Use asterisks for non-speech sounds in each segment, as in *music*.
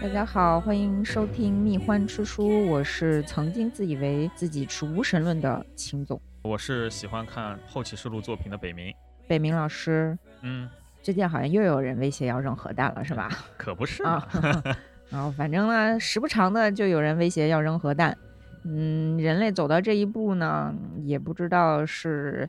大家好，欢迎收听《蜜獾吃书》，我是曾经自以为自己是无神论的秦总，我是喜欢看后启示录作品的北冥。北明老师。嗯，最近好像又有人威胁要扔核弹了，是吧？可不是嘛啊， *laughs* 然后反正呢，时不常的就有人威胁要扔核弹。嗯，人类走到这一步呢，也不知道是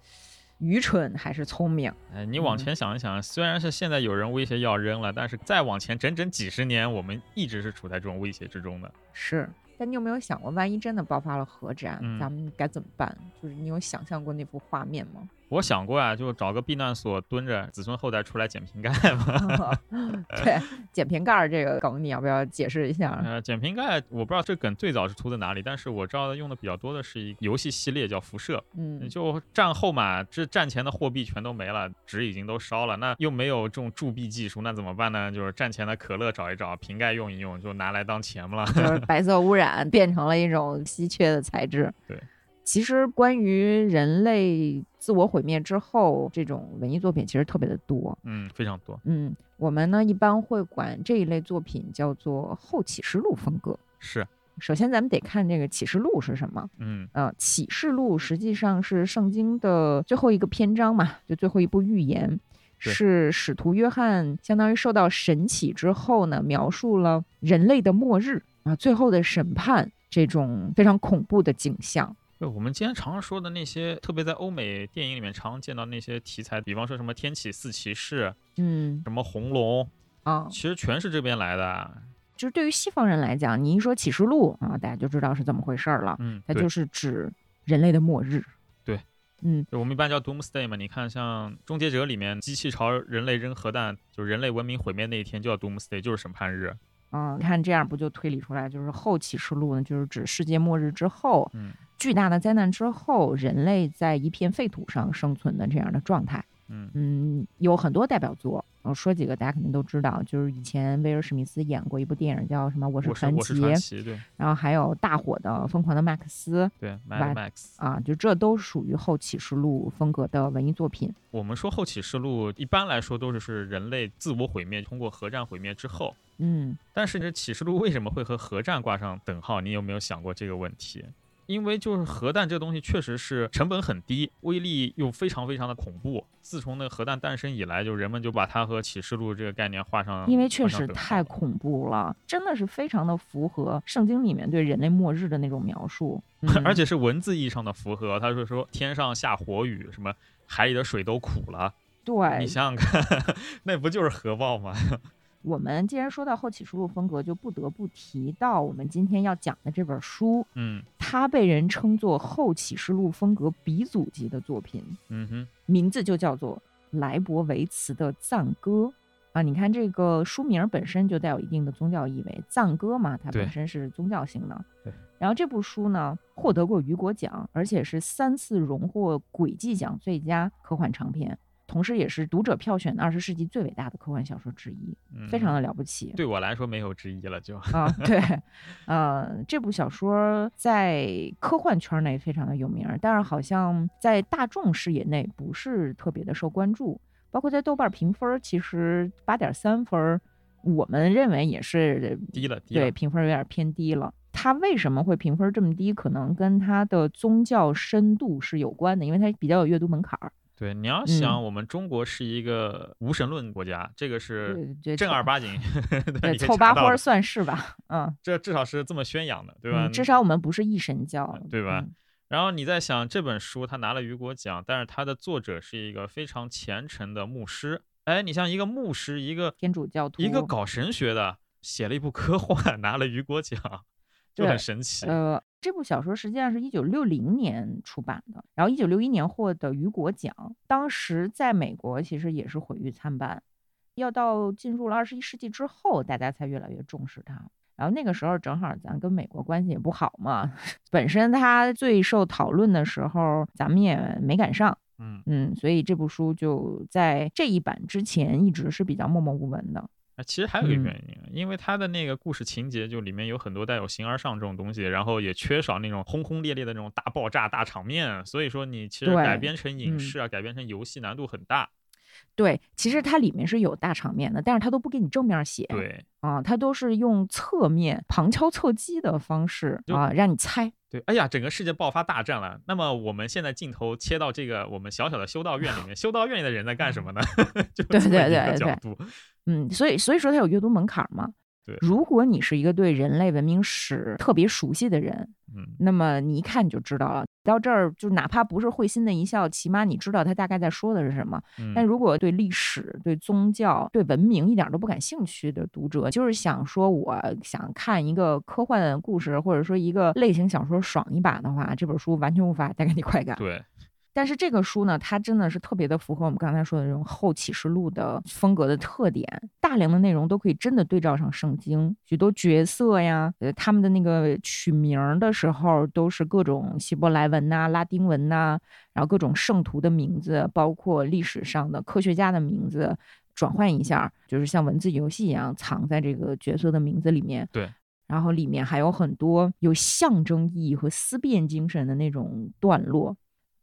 愚蠢还是聪明。哎，你往嗯前想一想，虽然是现在有人威胁要扔了，但是再往前整整几十年，我们一直是处在这种威胁之中的。是，但你有没有想过，万一真的爆发了核战，嗯咱们该怎么办？就是你有想象过那幅画面吗？我想过啊，就找个避难所蹲着，子孙后代出来捡瓶盖嘛。 *laughs* *laughs* 对，捡瓶盖儿这个梗，你要不要解释一下？ *laughs* 呃，捡瓶盖，我不知道这梗最早是出自哪里，但是我知道的用的比较多的是一个游戏系列叫辐射，嗯，就战后嘛，这战前的货币全都没了，纸已经都烧了，那又没有这种铸币技术，那怎么办呢？就是战前的可乐找一找，瓶盖用一用，就拿来当钱了。 *laughs* 就是白色污染变成了一种稀缺的材质。对， *laughs* 其实关于人类自我毁灭之后，这种文艺作品其实特别的多。嗯，非常多。嗯，我们呢一般会管这一类作品叫做后启示录风格。是，首先，咱们得看这个启示录是什么。嗯呃，启示录实际上是圣经的最后一个篇章嘛，就最后一部预言，对是使徒约翰相当于受到神启之后呢，描述了人类的末日啊，最后的审判这种非常恐怖的景象。就我们今天常说的那些，特别在欧美电影里面常见到那些题材，比方说什么天启四骑士，嗯什么红龙，啊，其实全是这边来的。啊就是对于西方人来讲，你一说启示录啊，大家就知道是怎么回事儿了，嗯，它对就是指人类的末日。对，嗯，就我们一般叫 Doomsday 嘛，你看像《终结者》里面，机器朝人类扔核弹，就人类文明毁灭那一天就叫 Doomsday，就是审判日。嗯，你看这样不就推理出来，就是后启示录呢，就是指世界末日之后，嗯巨大的灾难之后，人类在一片废土上生存的这样的状态。嗯嗯，有很多代表作，我说几个大家肯定都知道，就是以前威尔史密斯演过一部电影叫什么《我是我是传我奇是》，传奇，对然后还有大火的《疯狂的麦克斯对完，Mad Max。》啊，就这都属于后启示录风格的文艺作品。我们说后启示录，一般来说都是是人类自我毁灭，通过核战毁灭之后。嗯，但是这启示录为什么会和核战挂上等号？你有没有想过这个问题？因为就是核弹这个东西确实是成本很低，威力又非常非常的恐怖。自从那核弹诞生以来，就人们就把它和启示录这个概念画上，因为确画上实等号太恐怖了，真的是非常的符合圣经里面对人类末日的那种描述，嗯 *laughs* 而且是文字意义上的符合。他是说天上下火雨，什么海里的水都苦了。对你想想看， *laughs* 那不就是核爆吗？我们既然说到后启示录风格，就不得不提到我们今天要讲的这本书，嗯它被人称作后启示录风格鼻祖级的作品，嗯哼，名字就叫做《莱博维茨的赞歌》啊。你看这个书名本身就带有一定的宗教意味，赞歌嘛，它对本身是宗教性的对。然后这部书呢，获得过雨果奖，而且是三次荣获轨迹奖最佳科幻长篇，同时也是读者票选的二十世纪最伟大的科幻小说之一，嗯非常的了不起。对我来说没有之一了，就啊，对，呃，这部小说在科幻圈内非常的有名儿，但是好像在大众视野内不是特别的受关注，包括在豆瓣评分儿其实八点三分儿，我们认为也是低了低了对。评分儿有点偏低了。它为什么会评分儿这么低？可能跟它的宗教深度是有关的，因为它比较有阅读门槛儿。对，嗯你要想，我们中国是一个无神论国家，这个是对对正凑儿八经， *laughs* 对对，你可以凑查八到花儿的算是 *laughs* 吧，嗯，这至少是这么宣扬的，对吧？嗯至少我们不是一神教，对吧嗯然后你在想，这本书他拿了雨果奖，但是他的作者是一个非常虔诚的牧师。哎，你像一个牧师，一个天主教徒一个搞神学的，写了一部科幻， *laughs* 拿了雨果奖，就对很神奇。呃，这部小说实际上是一九六零年出版的，然后一九六一年获得雨果奖，当时在美国其实也是毁誉参半，要到进入了二十一世纪之后，大家才越来越重视它。然后那个时候正好咱跟美国关系也不好嘛， *laughs* 本身它最受讨论的时候，咱们也没赶上，嗯，嗯，所以这部书就在这一版之前一直是比较默默无闻的。啊，其实还有一个嗯原因，啊因为他的那个故事情节就里面有很多带有形而上这种东西，然后也缺少那种轰轰烈烈的那种大爆炸、大场面，所以说你其实改对编成影嗯视啊，改编成游戏难度很大。对，其实它里面是有大场面的，但是它都不给你正面写，对啊，它都是用侧面旁敲侧击的方式就啊让你猜。对，哎呀，整个世界爆发大战了。那么我们现在镜头切到这个我们小小的修道院 *laughs* 里面，修道院里的人在干什么呢？ *laughs* 就对这么对一个对角对度，嗯，所以所以说它有阅读门槛嘛。对如果你是一个对人类文明史特别熟悉的人，嗯，那么你一看你就知道了。到这儿就哪怕不是会心的一笑，起码你知道他大概在说的是什么。但嗯如果对历史、对宗教、对文明一点都不感兴趣的读者，就是想说我想看一个科幻故事，或者说一个类型小说爽一把的话，这本书完全无法带给你快感。对，但是这个书呢，它真的是特别的符合我们刚才说的这种后启示录的风格的特点，大量的内容都可以真的对照上圣经，许多角色呀，呃，他们的那个取名儿的时候都是各种希伯来文呐、拉丁文呐、然后各种圣徒的名字，包括历史上的科学家的名字。转换一下，就是像文字游戏一样藏在这个角色的名字里面。对，然后里面还有很多有象征意义和思辨精神的那种段落，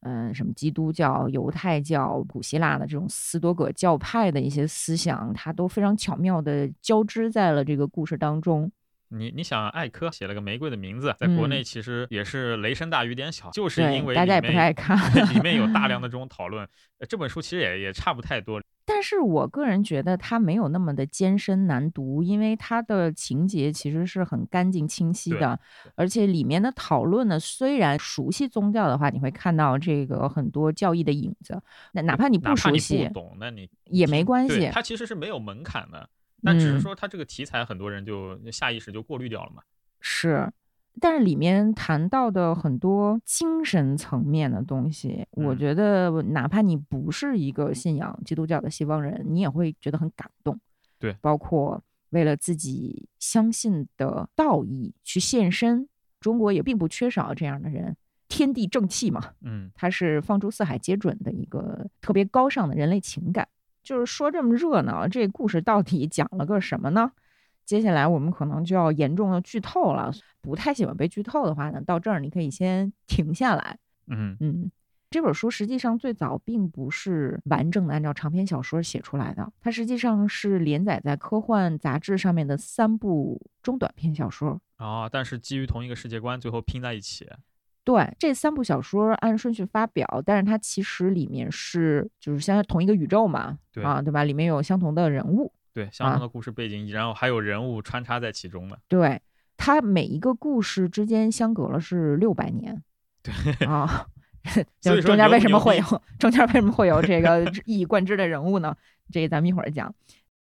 嗯，什么基督教、犹太教、古希腊的这种斯多葛教派的一些思想，它都非常巧妙的交织在了这个故事当中。你你想，艾科写了个玫瑰的名字，在国嗯内其实也是雷声大雨点小，就是对因为大里家也不面太爱看里面有大量的这种讨论。呃这本书其实也也差不太多， *laughs* 但是我个人觉得它没有那么的艰深难读，因为它的情节其实是很干净清晰对的，而且里面的讨论呢，虽然熟悉宗教的话，你会看到这个很多教义的影子，那哪怕你哪不怕熟你悉不懂，那你也听没关对系。它其实是没有门槛的，但只是嗯说它这个题材很多人就下意识就过滤掉了嘛。是，但是里面谈到的很多精神层面的东西，我嗯觉得哪怕你不是一个信仰基督教的西方人，你也会觉得很感动。对包括为了自己相信的道义去献身，中国也并不缺少这样的人。天地正气嘛，嗯，它是放诸四海皆准的一个特别高尚的人类情感。就是说这么热闹，这故事到底讲了个什么呢？接下来我们可能就要严重的剧透了。不太喜欢被剧透的话呢，到这儿你可以先停下来。嗯，嗯，这本书实际上最早并不是完整的按照长篇小说写出来的，它实际上是连载在科幻杂志上面的三部中短篇小说。然后哦但是基于同一个世界观，最后拼在一起。对，这三部小说按顺序发表，但是它其实里面是就是相当于同一个宇宙嘛，对啊，对吧？里面有相同的人物，对，相啊同的故事背景，然后还有人物穿插在其中的。对，它每一个故事之间相隔了是六百 *laughs* 年，对啊，所就以是说中间牛为什么牛会逼有中间为什么会有这个一以贯之的人物呢？这咱们一会儿讲。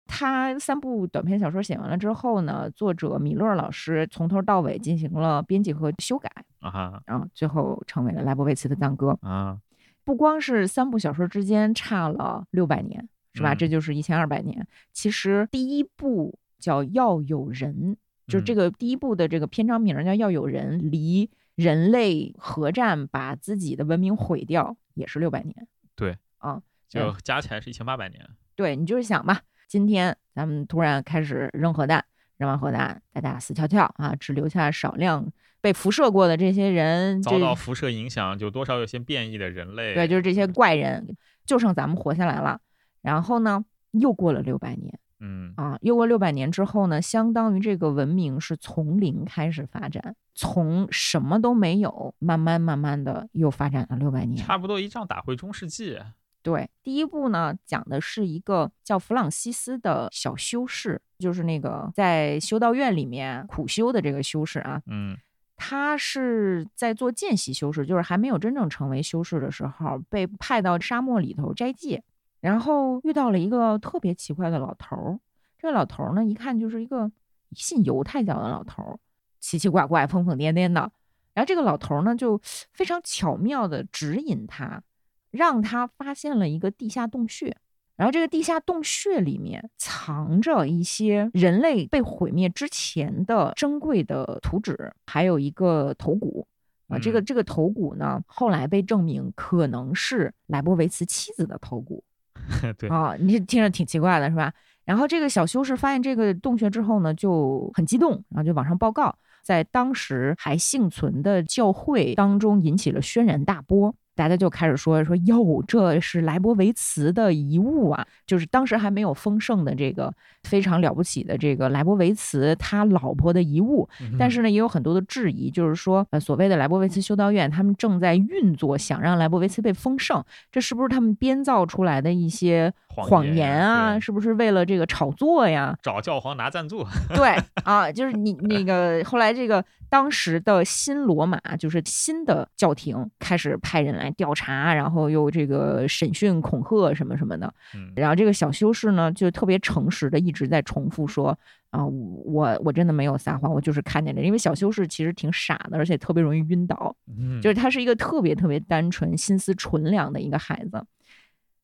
他三部短篇小说写完了之后呢，作者米勒老师从头到尾进行了编辑和修改啊哈啊，最后成为了莱博维茨的赞歌。啊，不光是三部小说之间差了六百年，是吧？嗯这就是一千二百年。其实第一部叫《要有人》，就是这嗯个第一部的这个篇章名儿叫《要有人》，离人类核战把自己的文明毁掉也是六百年。对啊，就加起来是一千八百年。对你就是想吧，今天咱们突然开始扔核弹，扔完核弹大家死翘翘啊，只留下少量被辐射过的这些人，遭这到辐射影响，就多少有些变异的人类。对，就是这些嗯怪人，就剩咱们活下来了。然后呢，又过了六百年嗯，啊，又过六百年之后呢，相当于这个文明是从零开始发展，从什么都没有，慢慢慢慢的又发展了六百年。差不多一仗打回中世纪。对，第一部呢讲的是一个叫弗朗西斯的小修士，就是那个在修道院里面苦修的这个修士啊，嗯他是在做见习修士，就是还没有真正成为修士的时候，被派到沙漠里头斋戒，然后遇到了一个特别奇怪的老头儿。这个老头儿呢，一看就是一个信犹太教的老头儿，奇奇怪怪、疯疯癫癫的。然后这个老头儿呢，就非常巧妙地指引他，让他发现了一个地下洞穴。然后这个地下洞穴里面藏着一些人类被毁灭之前的珍贵的图纸，还有一个头骨。啊，这个嗯这个头骨呢，后来被证明可能是莱博维茨妻子的头骨。 *laughs* 对啊，你这听着挺奇怪的是吧？然后这个小修士发现这个洞穴之后呢，就很激动，然后就往上报告，在当时还幸存的教会当中引起了轩然大波。大家就开始说说哟，这是莱博维茨的遗物啊！就是当时还没有丰盛的这个非常了不起的这个莱博维茨他老婆的遗物，嗯但是呢，也有很多的质疑，就是说，呃，所谓的莱博维茨修道院，他们正在运作，想让莱博维茨被丰盛，这是不是他们编造出来的一些谎谎言言啊？对是不是为了这个炒作呀？ *laughs* 找教皇拿赞助， *laughs* 对啊，就是你那个后来这个当时的新罗马，就是新的教廷开始派人来调查，然后又这个审讯、恐吓什么什么的。嗯，然后这个小修士呢，就特别诚实的一直在重复说啊，我我真的没有撒谎，我就是看见了。因为小修士其实挺傻的，而且特别容易晕倒。嗯就是他是一个特别特别单纯、心思纯良的一个孩子。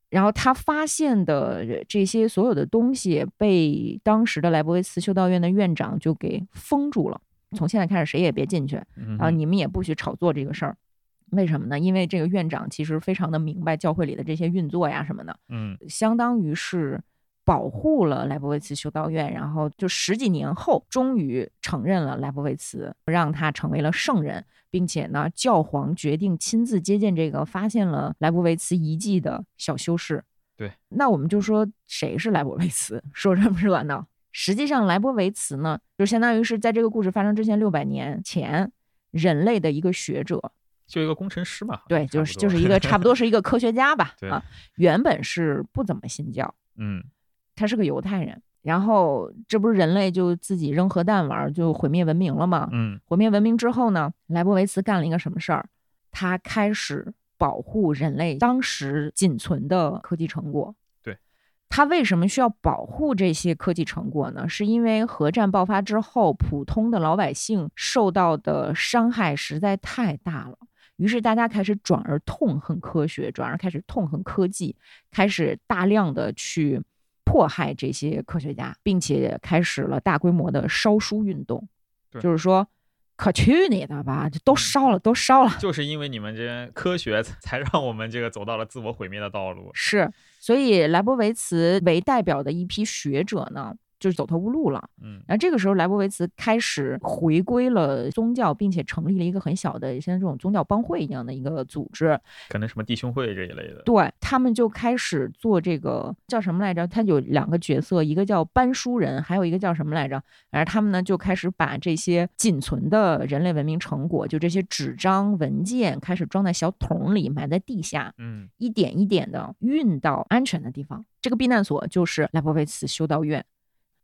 然后他发现的这些所有的东西被当时的莱博维茨修道院的院长就给封住了，从现在开始谁也别进去，嗯然后啊你们也不许炒作这个事儿。为什么呢？因为这个院长其实非常的明白教会里的这些运作呀什么的，嗯相当于是保护了莱博维茨修道院，然后就十几年后终于承认了莱博维茨，让他成为了圣人，并且呢，教皇决定亲自接见这个发现了莱博维茨遗迹的小修士。对，那我们就说谁是莱博维茨， *laughs* 说这么热闹。实际上，莱博维茨呢，就相当于是在这个故事发生之前六百年前，人类的一个学者，就一个工程师嘛，好像对，啊差就不是多。就是一个差不多，是一个科学家吧对啊，原本是不怎么信教，嗯他是个犹太人。然后这不是人类就自己扔核弹玩儿，就毁灭文明了吗？嗯毁灭文明之后呢，莱博维茨干了一个什么事儿？他开始保护人类当时仅存的科技成果。对，他为什么需要保护这些科技成果呢？是因为核战爆发之后，普通的老百姓受到的伤害实在太大了。于是大家开始转而痛恨科学，转而开始痛恨科技，开始大量的去迫害这些科学家，并且开始了大规模的烧书运动。对嗯就是说，可去你的吧，就都烧了，都烧了。就是因为你们这些科学才才让我们这个走到了自我毁灭的道路，是，所以莱博维茨为代表的一批学者呢，就是走投无路了。嗯然后这个时候，莱博维茨开始回归了宗教，并且成立了一个很小的，像这种宗教帮会一样的一个组织。可能什么弟兄会这一类的，对他们就开始做这个叫什么来着？他有两个角色，一个叫搬书人，还有一个叫什么来着？而他们呢就开始把这些仅存的人类文明成果，就这些纸张文件，开始装在小桶里，埋在地下，嗯一点一点的运到安全的地方。这个避难所就是莱博维茨修道院。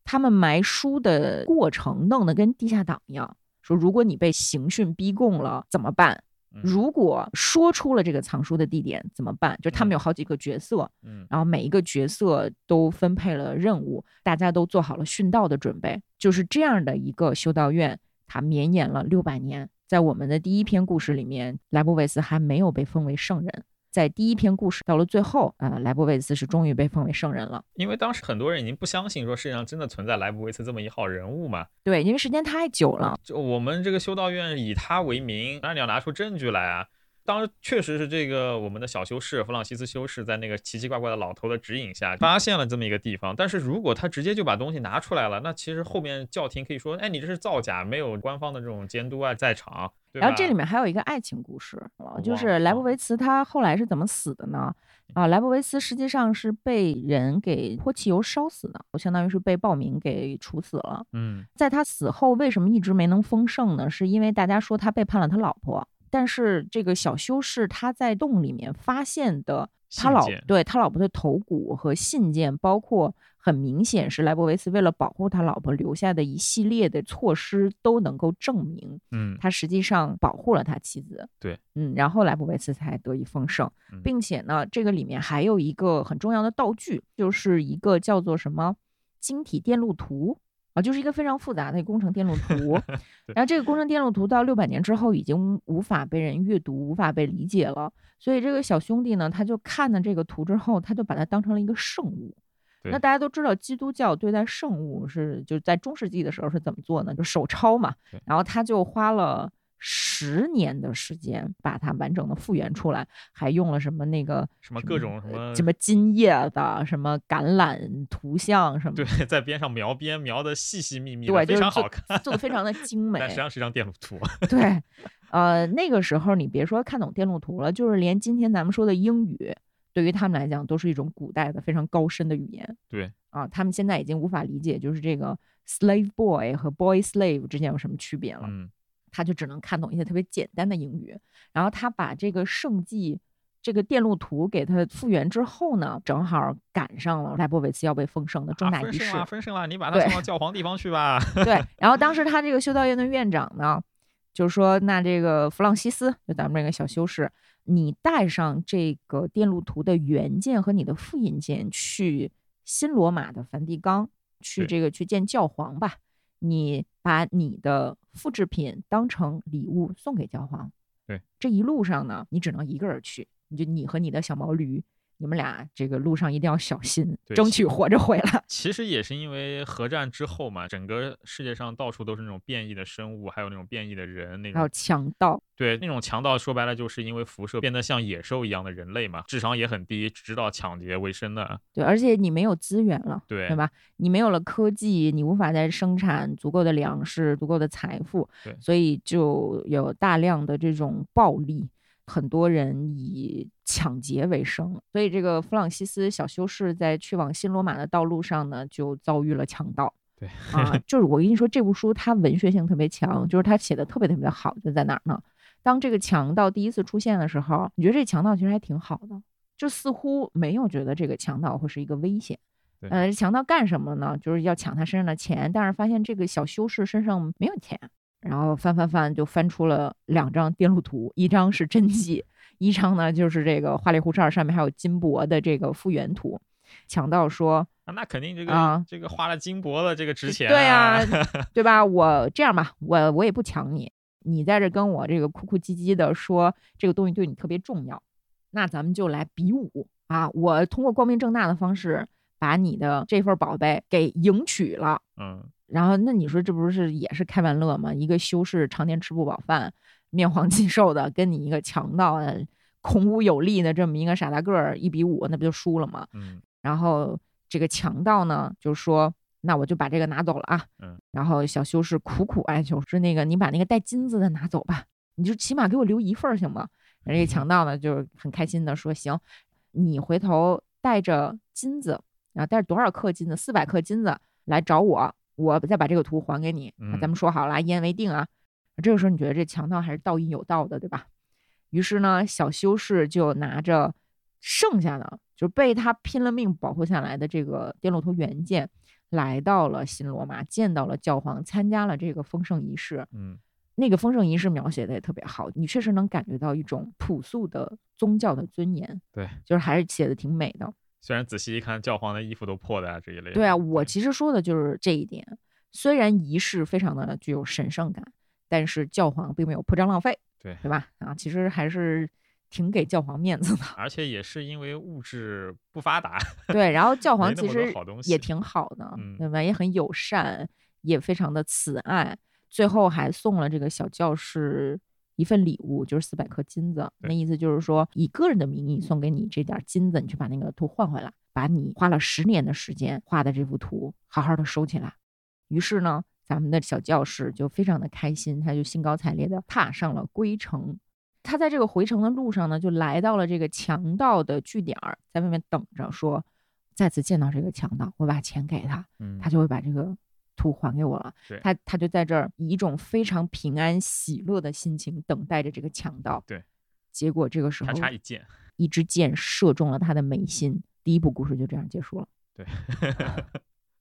他们埋书的过程弄得跟地下党一样，说如果你被刑讯逼供了怎么办？嗯如果说出了这个藏书的地点怎么办？就是他们有好几个角色，嗯然后每一个角色都分配了任务，大家都做好了殉道的准备。就是这样的一个修道院，它绵延了六百年。在我们的第一篇故事里面，莱博维茨还没有被封为圣人。在第一篇故事到了最后，呃，莱博维茨是终于被封为圣人了。因为当时很多人已经不相信说世界上真的存在莱布维茨这么一号人物嘛，对，因为时间太久了，就我们这个修道院以他为名，那你要拿出证据来啊。当时确实是这个我们的小修士弗朗西斯修士在那个奇奇怪怪的老头的指引下发现了这么一个地方，但是如果他直接就把东西拿出来了，那其实后面教廷可以说，哎，你这是造假，没有官方的这种监督啊在场，对吧？然后这里面还有一个爱情故事，我就忘是了莱啊博维茨他后来是怎么死的呢？啊，莱博维茨实际上是被人给泼汽油烧死的，相当于是被暴民给处死了。嗯在他死后，为什么一直没能丰盛呢？是因为大家说他背叛了他老婆，但是这个小修士他在洞里面发现的他信老件对他老婆的头骨和信件，包括很明显是莱博维茨为了保护他老婆留下的一系列的措施，都能够证明嗯，他实际上保护了他妻子。对，嗯，然后莱布维茨才得以丰盛嗯，并且呢，这个里面还有一个很重要的道具，就是一个叫做什么晶体电路图啊，就是一个非常复杂的工程电路 *laughs* 图。然后这个工程电路图到六百年之后已经无法被人阅读，无法被理解了。所以这个小兄弟呢，他就看了这个图之后，他就把它当成了一个圣物。那对大家都知道，基督教对待圣物是就是在中世纪的时候是怎么做呢？就手抄嘛对。然后他就花了十年的时间把它完整的复原出来，还用了什么那个什么各种什呃么什么金叶子、什么橄榄图像什么对的，，在边上描边描的细细密密的，对，就非是常做好看，做的非常的精美 *laughs* 但实。际上是一张电路图。对，呃，那个时候你别说看懂电路图了，就是连今天咱们说的英语，对于他们来讲都是一种古代的非常高深的语言。对啊，他们现在已经无法理解，就是这个 slave boy 和 boy slave 之间有什么区别了。嗯，他就只能看懂一些特别简单的英语。然后他把这个圣迹这个电路图给他复原之后呢，正好赶上了莱博维茨要被封圣的重啊大仪分式。圣啦，分圣啦，你把他对送到教皇地方去吧。对，然后当时他这个修道院的院长呢，就说：“那这个弗朗西斯，就咱们这个小修士，你带上这个电路图的原件和你的复印件去新罗马的梵蒂冈，去对这个去见教皇吧。你把你的复制品当成礼物送给教皇。对，这一路上呢，你只能一个人去，你就你和你的小毛驴。”你们俩这个路上一定要小心，对争其取活着回来。其实也是因为核战之后嘛，整个世界上到处都是那种变异的生物，还有那种变异的人，那还有种强盗，对那种强盗，说白了就是因为辐射变得像野兽一样的人类嘛，智商也很低，只知道抢劫为生的。啊对，而且你没有资源了，对对吧？你没有了科技，你无法再生产足够的粮食、足够的财富对，所以就有大量的这种暴力，很多人以抢劫为生。所以这个弗朗西斯小修士在去往新罗马的道路上呢，就遭遇了强盗。对啊，就是我跟你说，这部书它文学性特别强，就是它写的特别特别的好，就在哪儿呢？当这个强盗第一次出现的时候，你觉得这强盗其实还挺好的，就似乎没有觉得这个强盗会是一个危险。对呃，强盗干什么呢？就是要抢他身上的钱，但是发现这个小修士身上没有钱，然后翻翻翻就翻出了两张电路图，一张是真迹，一张呢就是这个花里胡哨上面还有金箔的这个复原图。强盗说啊，那肯定这个、啊这个花了金箔的这个值钱、对啊， *laughs* 啊，对吧？我这样吧，我我也不抢你，你在这跟我这个哭哭唧唧的说这个东西对你特别重要，那咱们就来比武啊！我通过光明正大的方式把你的这份宝贝给赢取了。嗯，然后，那你说这不是也是开玩乐吗？一个修士常年吃不饱饭、面黄肌瘦的，跟你一个强盗呃孔武有力的这么一个傻大个儿一比武，那不就输了吗？嗯，然后这个强盗呢就说：“那我就把这个拿走了啊。”嗯，然后小修士苦苦哀求说：“那个你把那个带金子的拿走吧，你就起码给我留一份儿行吗？”然后这个强盗呢就是很开心的说：“行，你回头带着金子，然后带着多少克金子？四百克金子来找我，我再把这个图还给你。啊咱嗯们说好了，一言为定啊。”这个时候你觉得这强盗还是道义有道的，对吧？于是呢，小修士就拿着剩下的，就是被他拼了命保护下来的这个电路图原件，来到了新罗马，见到了教皇，参加了这个丰盛仪式。嗯，那个丰盛仪式描写的也特别好，你确实能感觉到一种朴素的宗教的尊严。对，就是还是写的挺美的。虽然仔细一看，教皇的衣服都破的啊这一类的。对啊，我其实说的就是这一点。虽然仪式非常的具有神圣感，但是教皇并没有铺张浪费，对对吧？啊，其实还是挺给教皇面子的。而且也是因为物质不发达， *laughs* 对，然后教皇没那其么多实好东西也挺好的，嗯对吧？也很友善，也非常的慈爱。最后还送了这个小教士一份礼物，就是四百克金子。那对意思就是说，以个人的名义送给你这点儿金子，你去把那个图换回来，把你花了十年的时间画的这幅图好好的收起来。于是呢，咱们的小教士就非常的开心，他就兴高采烈的踏上了归程。他在这个回程的路上呢，就来到了这个强盗的据点儿，在外面等着说，再次见到这个强盗，我把钱给他，嗯他就会把这个图还给我了对。他他就在这儿以一种非常平安喜乐的心情等待着这个强盗。对，结果这个时候咔嚓一剑，一支箭射中了他的眉心。第一部故事就这样结束了。对， *laughs*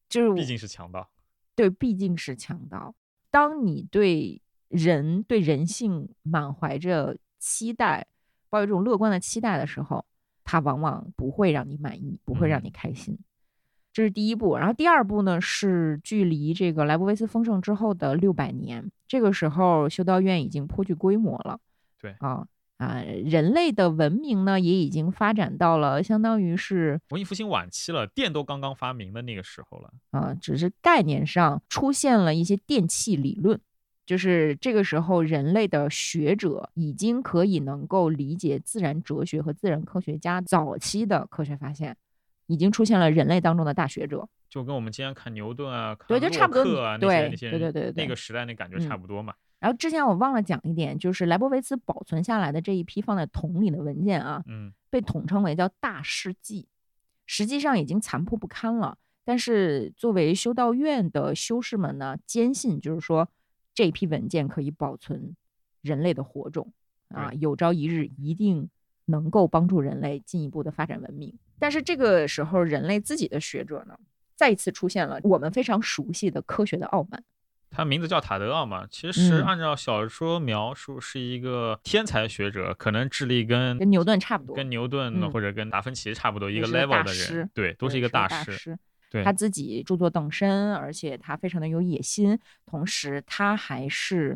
就是毕我竟是强盗。对，毕竟是强盗。当你对人对人性满怀着期待，抱有这种乐观的期待的时候，它往往不会让你满意，不会让嗯你开心。这是第一步，然后第二步呢是距离这个莱博维茨丰盛之后的六百年，这个时候修道院已经颇具规模了。对啊啊，人类的文明呢也已经发展到了相当于是文艺复兴晚期了，电都刚刚发明的那个时候了。啊，只是概念上出现了一些电气理论，就是这个时候人类的学者已经可以能够理解自然哲学和自然科学家早期的科学发现，已经出现了人类当中的大学者。就跟我们今天看牛顿啊，对看就差不多洛克啊你那些对那些对人对对对对那个时代那感觉嗯差不多嘛。然后之前我忘了讲一点，就是莱博维茨保存下来的这一批放在桶里的文件啊，嗯，被统称为叫大事记，实际上已经残破不堪了。但是作为修道院的修士们呢，坚信就是说这批文件可以保存人类的火种啊，对有朝一日一定能够帮助人类进一步的发展文明。但是这个时候，人类自己的学者呢，再一次出现了我们非常熟悉的科学的傲慢。他名字叫塔德奥嘛，其实嗯按照小说描述是一个天才学者，可能智力跟跟牛顿差不多跟牛顿嗯或者跟达芬奇差不多一也个是个 level 大的人师，对，都对是一个大大师。师。对他自己著作等身，而且他非常的有野心，同时他还是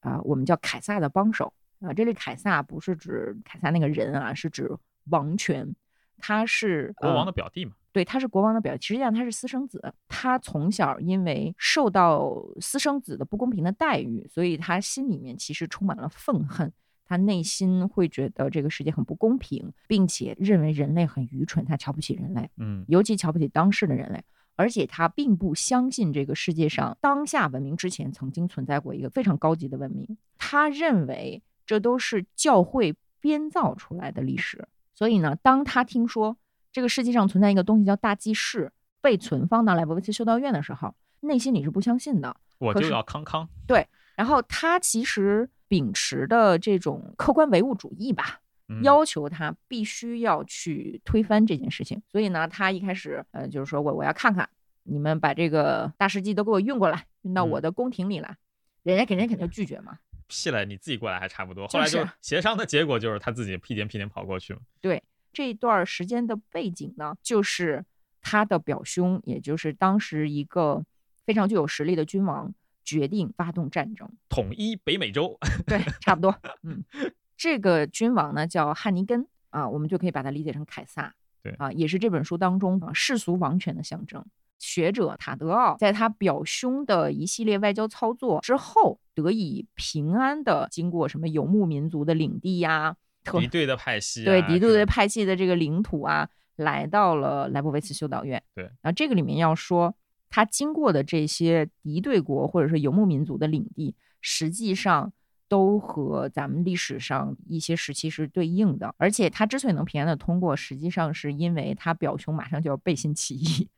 啊、我们叫凯撒的帮手啊、这里凯撒不是指凯撒那个人啊，是指王权，他是国王呃的表弟嘛，对，他是国王的表，实际上他是私生子。他从小因为受到私生子的不公平的待遇，所以他心里面其实充满了愤恨。他内心会觉得这个世界很不公平，并且认为人类很愚蠢，他瞧不起人类，嗯，尤其瞧不起当世的人类。而且他并不相信这个世界上当下文明之前曾经存在过一个非常高级的文明。他认为这都是教会编造出来的历史。所以呢，当他听说这个世界上存在一个东西叫大祭司，被存放到莱博维茨修道院的时候，内心里是不相信的。我可就是要康康，然后他其实秉持的这种客观唯物主义吧，嗯要求他必须要去推翻这件事情。所以呢，他一开始呃就是说我我要看看你们把这个大事记都给我运过来，运到我嗯的宫廷里来。人家给人家肯定拒绝嘛，屁嘞，你自己过来还差不多。就后来是就协商的结果就是他自己屁颠屁颠跑过去嘛，这段时间的背景呢，就是他的表兄，也就是当时一个非常具有实力的君王，决定发动战争。统一北美洲。对，差不多。嗯，这个君王呢叫汉尼根啊，我们就可以把它理解成凯撒。对啊，也是这本书当中、啊、世俗王权的象征。学者塔德奥在他表兄的一系列外交操作之后，得以平安的经过什么游牧民族的领地呀、特敌对的派系、啊，对敌对这的个派系的这个领土啊，来到了莱博维茨修道院。对然后这个里面要说，他经过的这些敌对国或者是游牧民族的领地，实际上都和咱们历史上一些时期是对应的。而且他之所以能平安的通过，实际上是因为他表兄马上就要背信弃义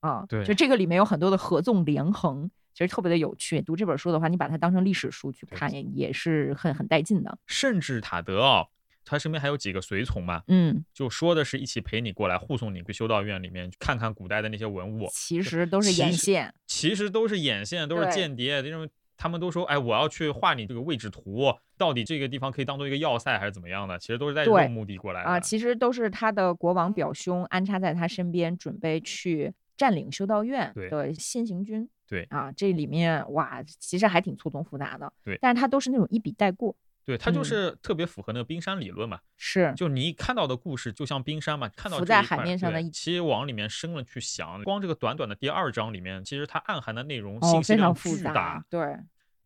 啊。对就这个里面有很多的合纵连横。其实特别的有趣，读这本书的话，你把它当成历史书去对看也，也是很很带劲的。甚至塔德奥他身边还有几个随从嘛，嗯，就说的是一起陪你过来，护送你去修道院里面去看看古代的那些文物，其实都是其眼实线。其实都是眼线，都是对间谍，因为他们都说，哎，我要去画你这个位置图，到底这个地方可以当做一个要塞还是怎么样的？其实都是带着这对种目的过来的。啊，其实都是他的国王表兄安插在他身边，准备去占领修道院对的先行军。对啊，这里面哇，其实还挺错综复杂的。对但是他都是那种一笔带过。对，它就嗯是特别符合那个冰山理论嘛，是，就你一看到的故事，就像冰山嘛，看到浮这在一海块面上的对一其实往里面深了去想，光这个短短的第二章里面，其实它暗含的内容哦，信息非常量复巨杂。大。对。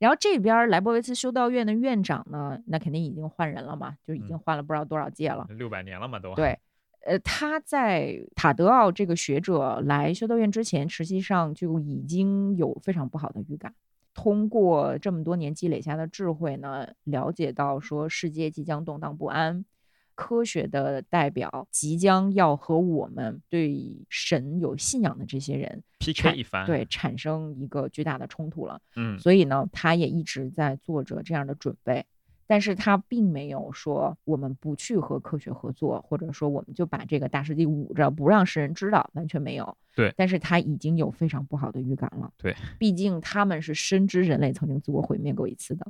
然后这边莱博维茨修道院的院长呢，那肯定已经换人了嘛，就已嗯经换了不知道多少届了。六百年了嘛都，对，呃，他在塔德奥这个学者来修道院之前，实际上就已经有非常不好的预感。通过这么多年积累下的智慧呢，了解到说世界即将动荡不安，科学的代表即将要和我们对神有信仰的这些人， ，PK 一番，，对产生一个巨大的冲突了。嗯，所以呢，他也一直在做着这样的准备，但是他并没有说我们不去和科学合作，或者说我们就把这个大事记捂着不让世人知道，完全没有。对但是他已经有非常不好的预感了。对，毕竟他们是深知人类曾经自我毁灭过一次的。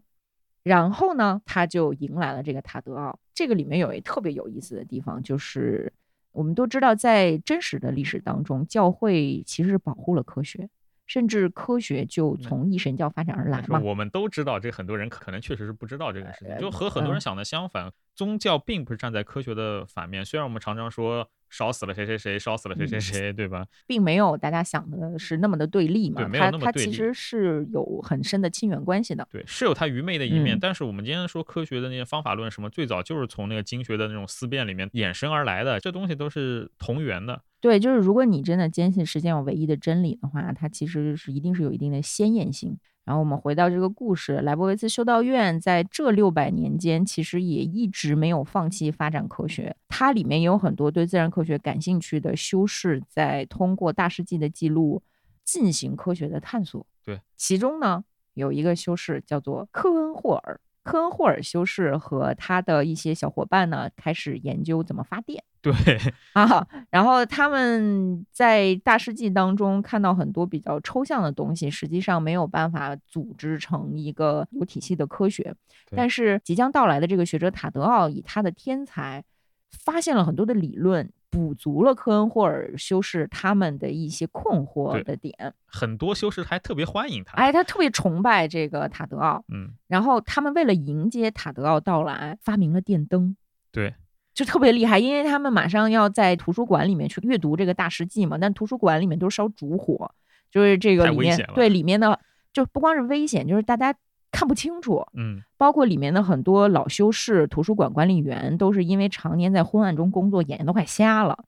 然后呢，他就迎来了这个塔德奥。这个里面有一特别有意思的地方，就是我们都知道，在真实的历史当中，教会其实是保护了科学，甚至科学就那从一神教发展而来但是嘛。嗯我们都知道，这很多人可能确实是不知道这个事情，呃就和很多人嗯想的相反。宗教并不是站在科学的反面，虽然我们常常说烧死了谁谁谁，烧死了谁谁嗯谁，对吧？并没有大家想的是那么的对立嘛，对没有它那么它对其立实是有很深的亲缘关系的。对，是有它愚昧的一嗯面，但是我们今天说科学的那些方法论什么，最早就是从那个经学的那种思辨里面衍生而来的，这东西都是同源的。对，就是如果你真的坚信世间有唯一的真理的话，它其实是一定是有一定的先验性。然后我们回到这个故事，莱博维茨修道院在这六百年间，其实也一直没有放弃发展科学。它里面也有很多对自然科学感兴趣的修士，在通过大世纪的记录进行科学的探索。对，其中呢有一个修士叫做科恩霍尔，科恩霍尔修士和他的一些小伙伴呢，开始研究怎么发电。对， *laughs* 啊，然后他们在大世纪当中看到很多比较抽象的东西，实际上没有办法组织成一个有体系的科学。对但是即将到来的这个学者塔德奥以他的天才，发现了很多的理论，补足了科恩霍尔修士他们的一些困惑对的点。很多修士还特别欢迎他。哎，他特别崇拜这个塔德奥，嗯，然后他们为了迎接塔德奥到来，发明了电灯。对，就特别厉害，因为他们马上要在图书馆里面去阅读这个大世纪嘛，但图书馆里面都是烧烛火，就是这个太里危面险了对里面的就不光是危险，就是大家看不清楚，嗯，包括里面的很多老修士、图书馆管理员，都是因为常年在昏暗中工作，眼睛都快瞎了。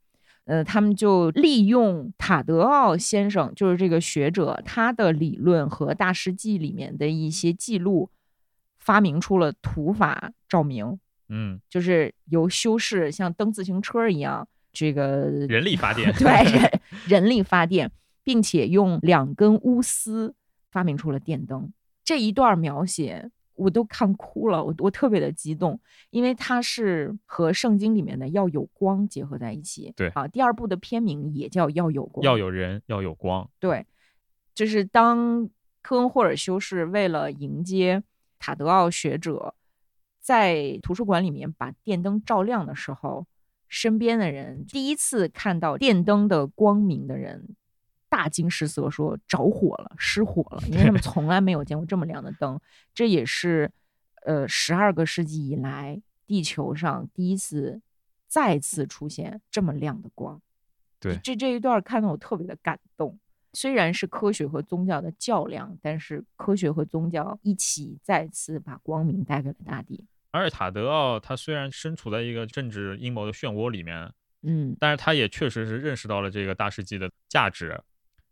呃，他们就利用塔德奥先生，就是这个学者，他的理论和大世纪里面的一些记录，发明出了土法照明。 *laughs* 嗯，就是由修饰像蹬自行车一样，这个人力发电。 *laughs* 对人人力发电，并且用两根钨丝发明出了电灯。这一段描写我都看哭了，我我特别的激动，因为它是和圣经里面的要有光结合在一起。对啊，第二部的片名也叫要有光， *laughs* 要有人，要有光。对，就是当科恩霍尔修士为了迎接塔德奥学者，在图书馆里面把电灯照亮的时候，身边的人第一次看到电灯的光明的人。大惊失色，说着火了，失火了，因为他们从来没有见过这么亮的灯。这也是，呃，十二个世纪以来地球上第一次再次出现这么亮的光。对这这一段看得我特别的感动。虽然是科学和宗教的较量，但是科学和宗教一起再次把光明带给了大地。阿尔塔德奥他虽然身处在一个政治阴谋的漩涡里面，嗯，但是他也确实是认识到了这个大世纪的价值。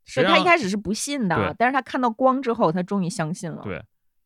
实所以他际一上开始是不信的啊对，但是他看到光之后，他终于相信了。对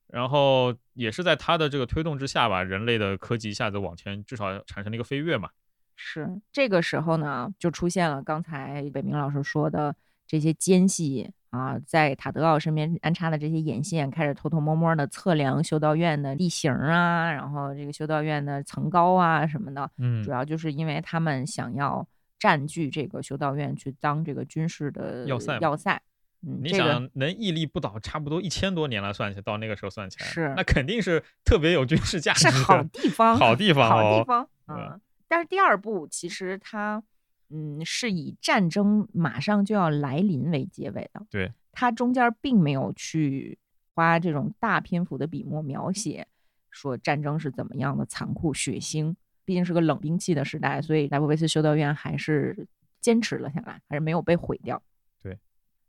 然后也是在他的这个推动之下吧，人类的科技一下子往前，至少产生了一个飞跃嘛。是这个时候呢，就出现了刚才北明老师说的这些奸细啊，在塔德奥身边安插的这些眼线，开始偷偷摸摸的测量修道院的地形啊，然后这个修道院的层高啊什么的。嗯主要就是因为他们想要占据这个修道院，去当这个军事的要塞嘛要塞。嗯，你这个想能屹立不倒，差不多一千多年了，算起到那个时候算起来，是那肯定是特别有军事价值 *laughs* 是的，好地方，好地方好哦地方对啊。但是第二部其实它，嗯，是以战争马上就要来临为结尾的。对，它中间并没有去花这种大篇幅的笔墨描写，说战争是怎么样的残酷血腥。毕竟是个冷兵器的时代，所以莱布维茨修道院还是坚持了下来，还是没有被毁掉。对。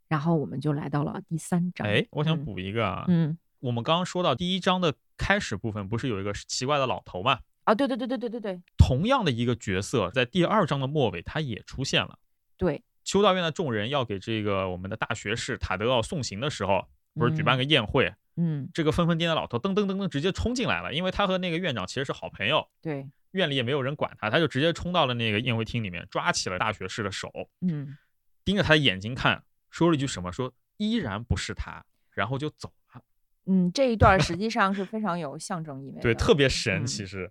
然后我们就来到了第三章。哎，我想嗯补一个啊，嗯，我们刚刚说到第一章的开始部分，不是有一个奇怪的老头嘛？啊，对对对对对对对同样的一个角色，在第二章的末尾，他也出现了。对，修道院的众人要给这个我们的大学士塔德奥送行的时候，不是举办个宴会，嗯，这个疯疯癫癫的老头噔噔噔噔直接冲进来了，因为他和那个院长其实是好朋友，对，院里也没有人管他，他就直接冲到了那个宴会厅里面，抓起了大学士的手，嗯。盯着他的眼睛看，说了一句什么，说依然不是他，然后就走了。嗯，这一段儿实际上是非常有象征意味的。对，特别神，嗯其实，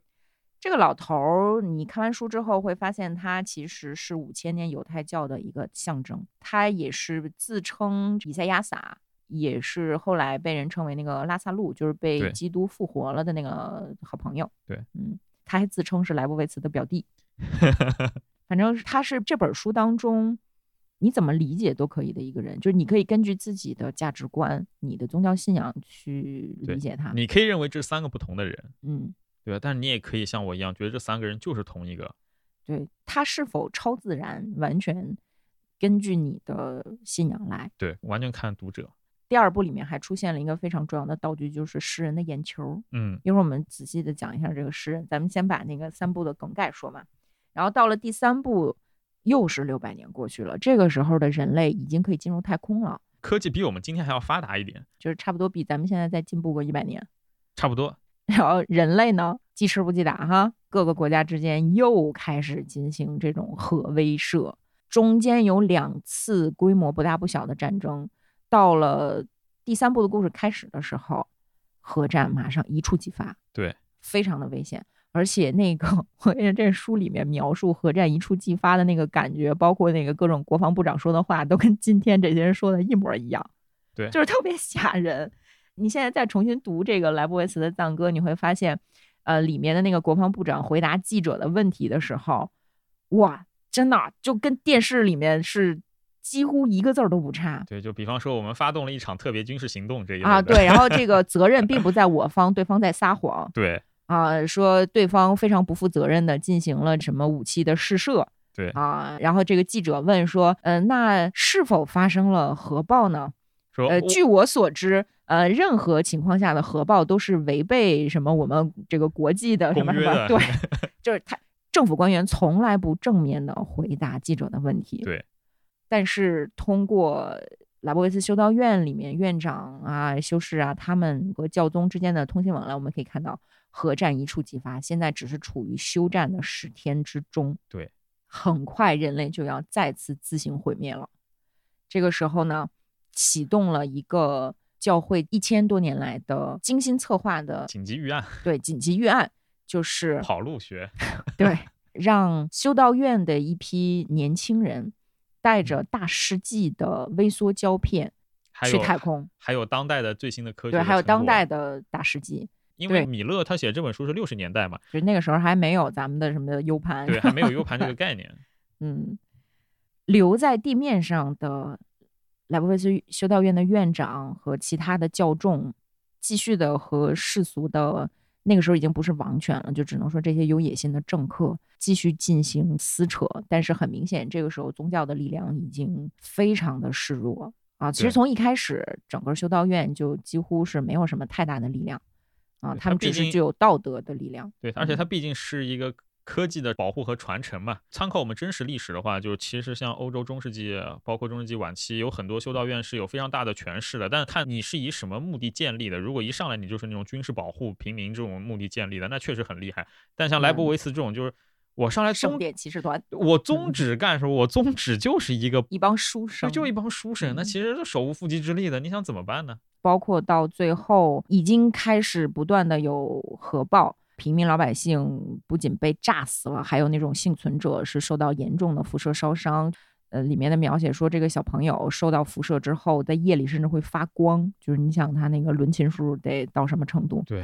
这个老头儿，你看完书之后会发现，他其实是五千年犹太教的一个象征。他也是自称以赛亚撒，也是后来被人称为那个拉萨路，就是被对基督复活了的那个好朋友。对，嗯，他还自称是莱布维茨的表 *laughs* 弟。反正他是这本书当中，你怎么理解都可以的一个人，就是你可以根据自己的价值观、你的宗教信仰去对理解他。你可以认为这是三个不同的人，嗯，对吧？但是你也可以像我一样，觉得这三个人就是同一个。对，它是否超自然，完全根据你的信仰来。对，完全看读者。第二部里面还出现了一个非常重要的道具，就是诗人的眼球。嗯，一会儿我们仔细的讲一下这个诗人，咱们先把那个三部的梗概说完。然后到了第三部，又是六百年过去了，这个时候的人类已经可以进入太空了，科技比我们今天还要发达一点，就是差不多比咱们现在再进步个一百年。差不多。然后人类呢，记吃不记打哈，各个国家之间又开始进行这种核威慑，中间有两次规模不大不小的战争。到了第三部的故事开始的时候，核战马上一触即发，对，非常的危险。而且那个， *laughs* 我跟你说这书里面描述核战一触即发的那个感觉，包括那个各种国防部长说的话，都跟今天这些人说的一模一样，对就是特别吓人。你现在再重新读这个莱布维茨的《藏歌》，你会发现，呃，里面的那个国防部长回答记者的问题的时候，哇，真的就跟电视里面是几乎一个字儿都不差。对，就比方说我们发动了一场特别军事行动这一类啊，的对，然后这 *laughs* 个责任并不在我方，对方在撒谎对啊，说对方非常不负责任的进行了什么武器的试射对啊，然后这个记者问说，嗯、那是否发生了核爆呢？说哦呃，我据我所知，呃，任何情况下的核爆都是违背什么我们这个国际的什么什公约么，的 *laughs* 对，就是他政府官员从来不正面的回答记者的问题。对，但是通过拉伯维茨修道院里面院长啊、修士啊，他们和教宗之间的通信往来，我们可以看到核战一触即发，现在只是处于休战的十天之中。对，很快人类就要再次自行毁灭了。这个时候呢，启动了一个教会一千多年来的精心策划的紧急预案，对紧急预案，就是跑 *laughs* 路学，对，让修道院的一批年轻人带着大世纪的微缩胶片嗯还去有太空，还有当代的最新的科学对，的还有成当果代，的大世纪，因为对米勒他写这本书是六十年代 *laughs* 嘛，就是那个时候还没有咱们的什么 U 盘，对，还没有 U 盘这个概念，嗯，留在地面上的莱布维茨修道院的院长和其他的教众，继续的和世俗的那个时候已经不是王权了，就只能说这些有野心的政客继续进行撕扯。但是很明显，这个时候宗教的力量已经非常的示弱啊。其实对从一开始，整个修道院就几乎是没有什么太大的力量啊，对他它们毕只是竟具有道德的力量。对，而且嗯它毕竟是一个科技的保护和传承嘛。参考我们真实历史的话，就是其实像欧洲中世纪，包括中世纪晚期，有很多修道院是有非常大的权势的，但看你是以什么目的建立的。如果一上来你就是那种军事保护平民这种目的建立的，那确实很厉害。但像莱博嗯维茨这种，就是我上来圣宗，殿嗯骑士团我宗旨干什么？我宗旨就是一个。一帮书生，就一帮书生，那嗯其实是手无缚鸡之力的，你想怎么办呢？包括到最后已经开始不断的有核爆，平民老百姓不仅被炸死了，还有那种幸存者是受到严重的辐射烧伤。呃，里面的描写说，这个小朋友受到辐射之后，在夜里甚至会发光，就是你想他那个伦琴数得到什么程度？对。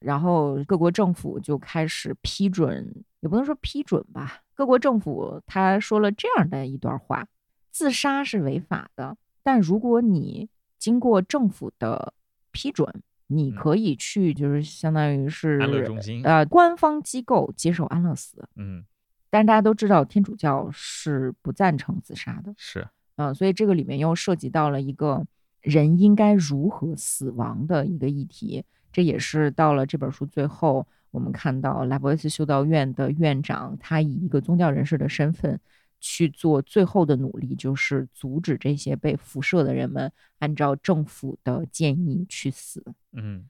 然后各国政府就开始批准，也不能说批准吧，各国政府他说了这样的一段话：自杀是违法的，但如果你经过政府的批准，你嗯可以去，就是相当于是安乐中心，呃官方机构接受安乐死。嗯，但是大家都知道，天主教是不赞成自杀的，是嗯、所以这个里面又涉及到了一个人应该如何死亡的一个议题。这也是到了这本书最后，我们看到拉伯维斯修道院的院长，他以一个宗教人士的身份去做最后的努力，就是阻止这些被辐射的人们按照政府的建议去死。嗯，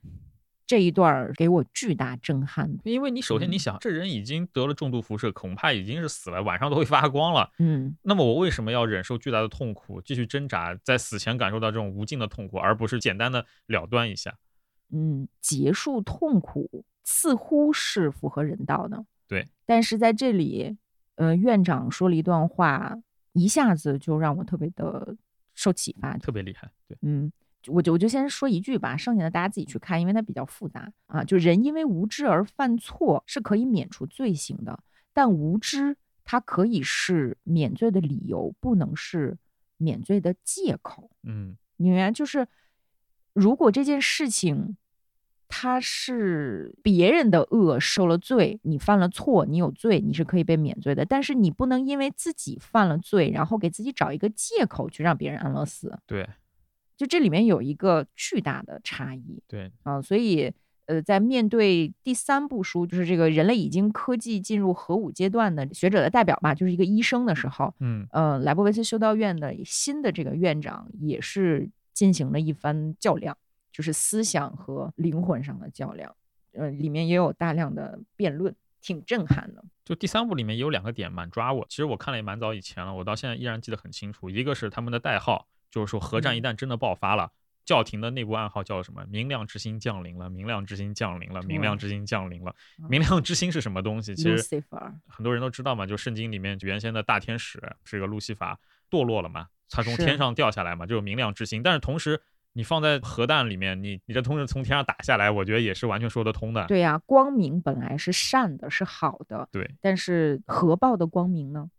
这一段儿给我巨大震撼。因为你首先你嗯想，这人已经得了重度辐射，恐怕已经是死了，晚上都会发光了。嗯，那么我为什么要忍受巨大的痛苦，继续挣扎，在死前感受到这种无尽的痛苦，而不是简单的了断一下？嗯，结束痛苦似乎是符合人道的。对，但是在这里，呃，院长说了一段话，一下子就让我特别的受启发。特别厉害，对，嗯，就我就我就先说一句吧，剩下的大家自己去看，因为它比较复杂啊。就人因为无知而犯错是可以免除罪行的，但无知它可以是免罪的理由，不能是免罪的借口。嗯，你明白？就是如果这件事情它是别人的恶受了罪，你犯了错，你有罪，你是可以被免罪的。但是你不能因为自己犯了罪，然后给自己找一个借口去让别人安乐死。对就这里面有一个巨大的差异对，啊，所以呃，在面对第三部书，就是这个人类已经科技进入核武阶段的学者的代表吧，就是一个医生的时候，嗯呃，莱布维茨修道院的新的这个院长也是进行了一番较量，就是思想和灵魂上的较量。呃，里面也有大量的辩论，挺震撼的。就第三部里面有两个点蛮抓我，其实我看了也蛮早以前了，我到现在依然记得很清楚。一个是他们的代号，就是说核战一旦真的爆发了，教廷的内部暗号叫什么？明亮之星降临了，明亮之星降临了，明亮之星降临了。明亮之星是什么东西？其实 Lucifer，很多人都知道嘛，就圣经里面原先的大天使是个路西法堕落了嘛，他从是天上掉下来嘛，就是明亮之星。但是同时，你放在核弹里面，你你这同时从天上打下来，我觉得也是完全说得通的。对呀、光明本来是善的，是好的，对，但是核爆的光明呢？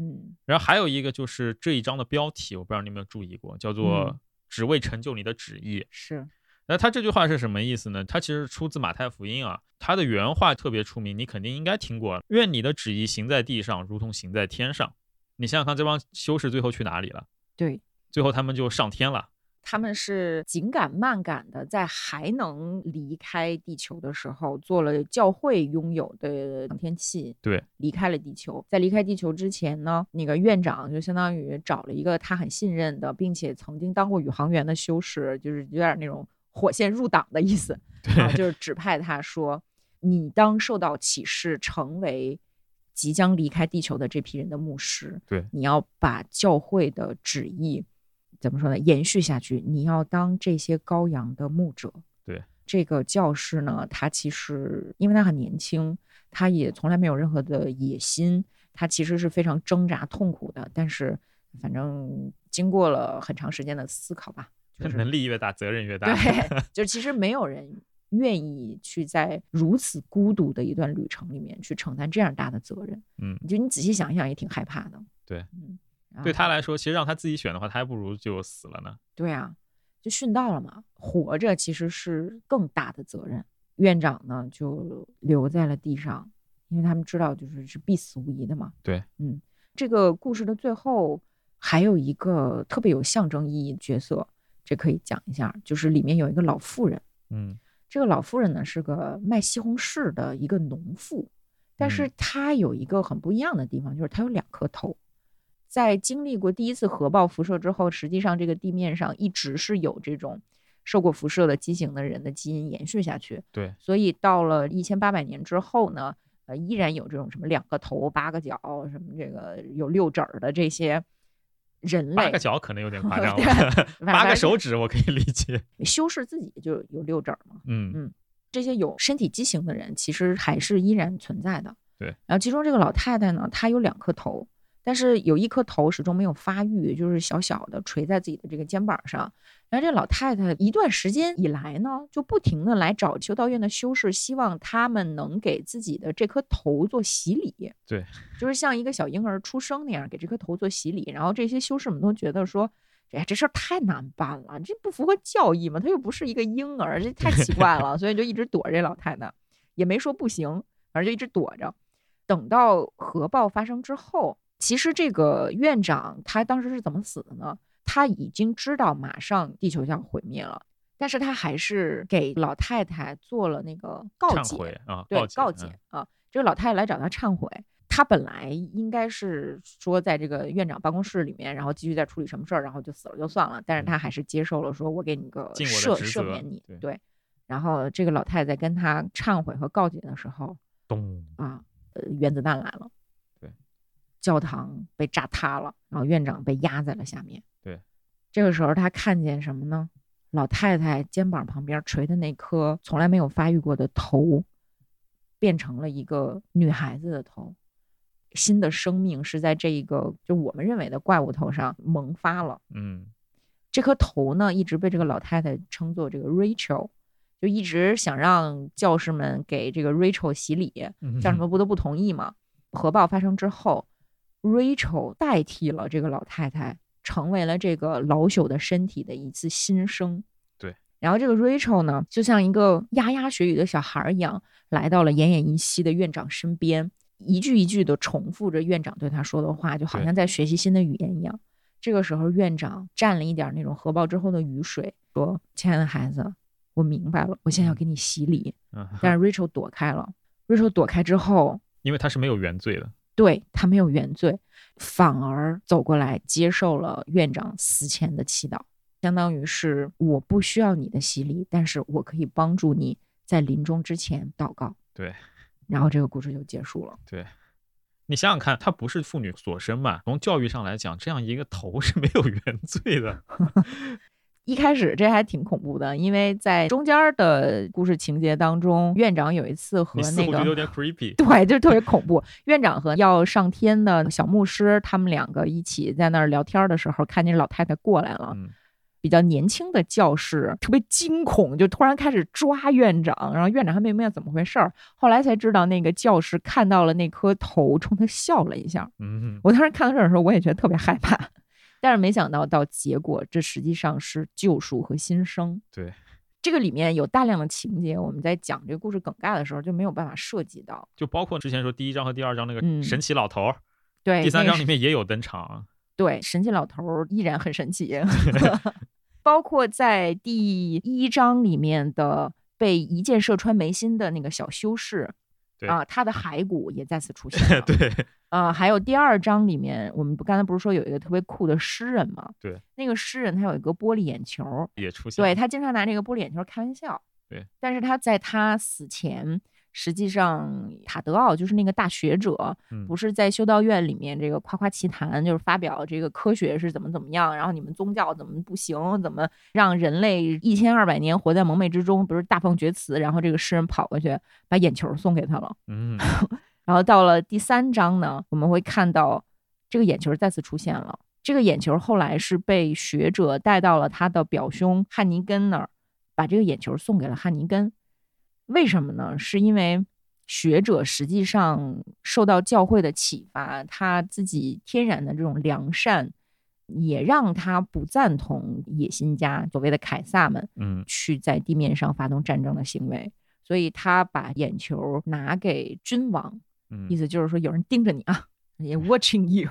嗯，然后还有一个就是这一章的标题，我不知道你有没有注意过，叫做嗯“只为成就你的旨意”是，那他这句话是什么意思呢？它其实出自马太福音啊，它的原话特别出名，你肯定应该听过。愿你的旨意行在地上，如同行在天上。你想想看，这帮修士最后去哪里了？对，最后他们就上天了。他们是紧赶慢赶的，在还能离开地球的时候，做了教会拥有的航天器，对，离开了地球。在离开地球之前呢，那个院长就相当于找了一个他很信任的，并且曾经当过宇航员的修士，就是有点那种火线入党的意思，啊，就是指派他说，你当受到启示，成为即将离开地球的这批人的牧师。对你要把教会的旨意怎么说呢？延续下去，你要当这些羔羊的牧者。对，这个教士呢，他其实因为他很年轻，他也从来没有任何的野心，他其实是非常挣扎痛苦的。但是，反正经过了很长时间的思考吧，就是能力越大，责任越大。对， *laughs* 就其实没有人愿意去在如此孤独的一段旅程里面去承担这样大的责任。嗯，就你仔细想一想，也挺害怕的。对嗯，对他来，来说，其实让他自己选的话，他还不如就死了呢。对啊，就殉道了嘛。活着其实是更大的责任。院长呢，就留在了地上，因为他们知道就是是必死无疑的嘛。对，嗯，这个故事的最后还有一个特别有象征意义的角色，这可以讲一下，就是里面有一个老妇人。嗯，这个老妇人呢是个卖西红柿的一个农妇，但是嗯她有一个很不一样的地方，就是她有两颗头。在经历过第一次核爆辐射之后，实际上这个地面上一直是有这种受过辐射的畸形的人的基因延续下去，对，所以到了一千八百年之后呢，呃，依然有这种什么两个头、八个脚、什么这个有六指儿的这些人八类个，脚可能有点夸 *laughs* 张 *laughs* 对了，八反个正手指我可以理解。修饰自己就有六指儿嘛，嗯嗯这些有身体畸形的人，其实还是依然存在的。对，然后其中这个老太太呢，她有两颗头，但是有一颗头始终没有发育，就是小小的垂在自己的这个肩膀上。然后这老太太一段时间以来呢，就不停的来找修道院的修士，希望他们能给自己的这颗头做洗礼。对，就是像一个小婴儿出生那样，给这颗头做洗礼。然后这些修士们都觉得说。哎呀，这事儿太难办了，这不符合教义嘛？他又不是一个婴儿，这太奇怪 *laughs* 了，所以就一直躲这老太太，也没说不行，反正就一直躲着。等到核爆发生之后，其实这个院长他当时是怎么死的呢？他已经知道马上地球就要毁灭了，但是他还是给老太太做了那个告忏悔解，啊，对，告解解嗯啊。这个老太太来找他忏悔，她本来应该是说在这个院长办公室里面，然后继续再处理什么事儿，然后就死了就算了。但是她还是接受了，说我给你个嗯尽我的赦职赦责免你对。对，然后这个老太太在跟他忏悔和告解的时候，咚，啊，呃，原子弹来了，对，教堂被炸塌了，然后院长被压在了下面，对。这个时候他看见什么呢？老太太肩膀旁边垂的那颗从来没有发育过的头，变成了一个女孩子的头，新的生命是在这一个就我们认为的怪物头上萌发了。嗯，这颗头呢，一直被这个老太太称作这个 Rachel，就一直想让教士们给这个 Rachel 洗礼。教什什么不都不同意嘛。核爆发生之后，Rachel 代替了这个老太太，成为了这个老朽的身体的一次新生。对，然后这个 Rachel 呢，就像一个牙牙学语的小孩儿一样，来到了奄奄一息的院长身边，一句一句的重复着院长对他说的话，就好对像在学习新的语言一样。这个时候，院长蘸了一点儿那种核爆之后的雨水，说：“亲爱的孩子，我明白了，我现在要给你洗礼。 *laughs* 嗯，但是 Rachel 躲开了，Rachel 躲开之后， *laughs* 因为他是没有原罪的，对他没有原罪，反而走过来接受了院长死前的祈祷，相当于是我不需要你的洗礼，但是我可以帮助你在临终之前祷告。对，然后这个故事就结束了。你想想看，她不是妇女所生嘛？从教育上来讲，这样一个头是没有原罪的。一开始这还挺恐怖的，因为在中间儿的故事情节当中，院长有一次和你似那乎个觉得有点 creepy。 *laughs* 对，就是特别恐怖。院长和要上天的小牧师，他们两个一起在那儿聊天的时候，看见老太太过来了，嗯，比较年轻的教士特别惊恐，就突然开始抓院长，然后院长还没明白怎么回事儿，后来才知道那个教士看到了那颗头，冲他笑了一下。嗯，我当时看到这儿的时候，我也觉得特别害怕，但是没想到到结果，这实际上是救赎和新生。对。这个里面有大量的情节，我们在讲这个故事梗概的时候就没有办法涉及到。就包括之前说第一章和第二章那个嗯神奇老头儿，对，第三哎那个章里面也有登 *laughs* 场啊。对，神奇老头儿依然很神奇， *laughs* 包括在第一章里面的被一箭射穿眉心的那个小修士，对啊、他的骸骨也再次出 *laughs* 现了。对，啊，还有第二章里面，我们不刚才不是说有一个特别酷的诗人吗？对，那个诗人他有一个玻璃眼球儿，也出现。对，他经常拿这个玻璃眼球开玩笑。对，但是他在他死前，实际上塔德奥就是那个大学者，嗯不是在修道院里面这个夸夸其谈，就是发表这个科学是怎么怎么样，然后你们宗教怎么不行，怎么让人类一千二百年活在蒙昧之中，不是大放厥词。然后这个诗人跑过去把眼球送给他了。 *laughs* 嗯，然后到了第三章呢，我们会看到这个眼球再次出现了。这个眼球后来是被学者带到了他的表兄汉尼根那儿，把这个眼球送给了汉尼根。为什么呢？是因为学者实际上受到教会的启发，他自己天然的这种良善，也让他不赞同野心家所谓的凯撒们嗯，去在地面上发动战争的行为，所以他把眼球拿给君王，嗯意，思就是说有人盯着你啊，也 watching *laughs* you。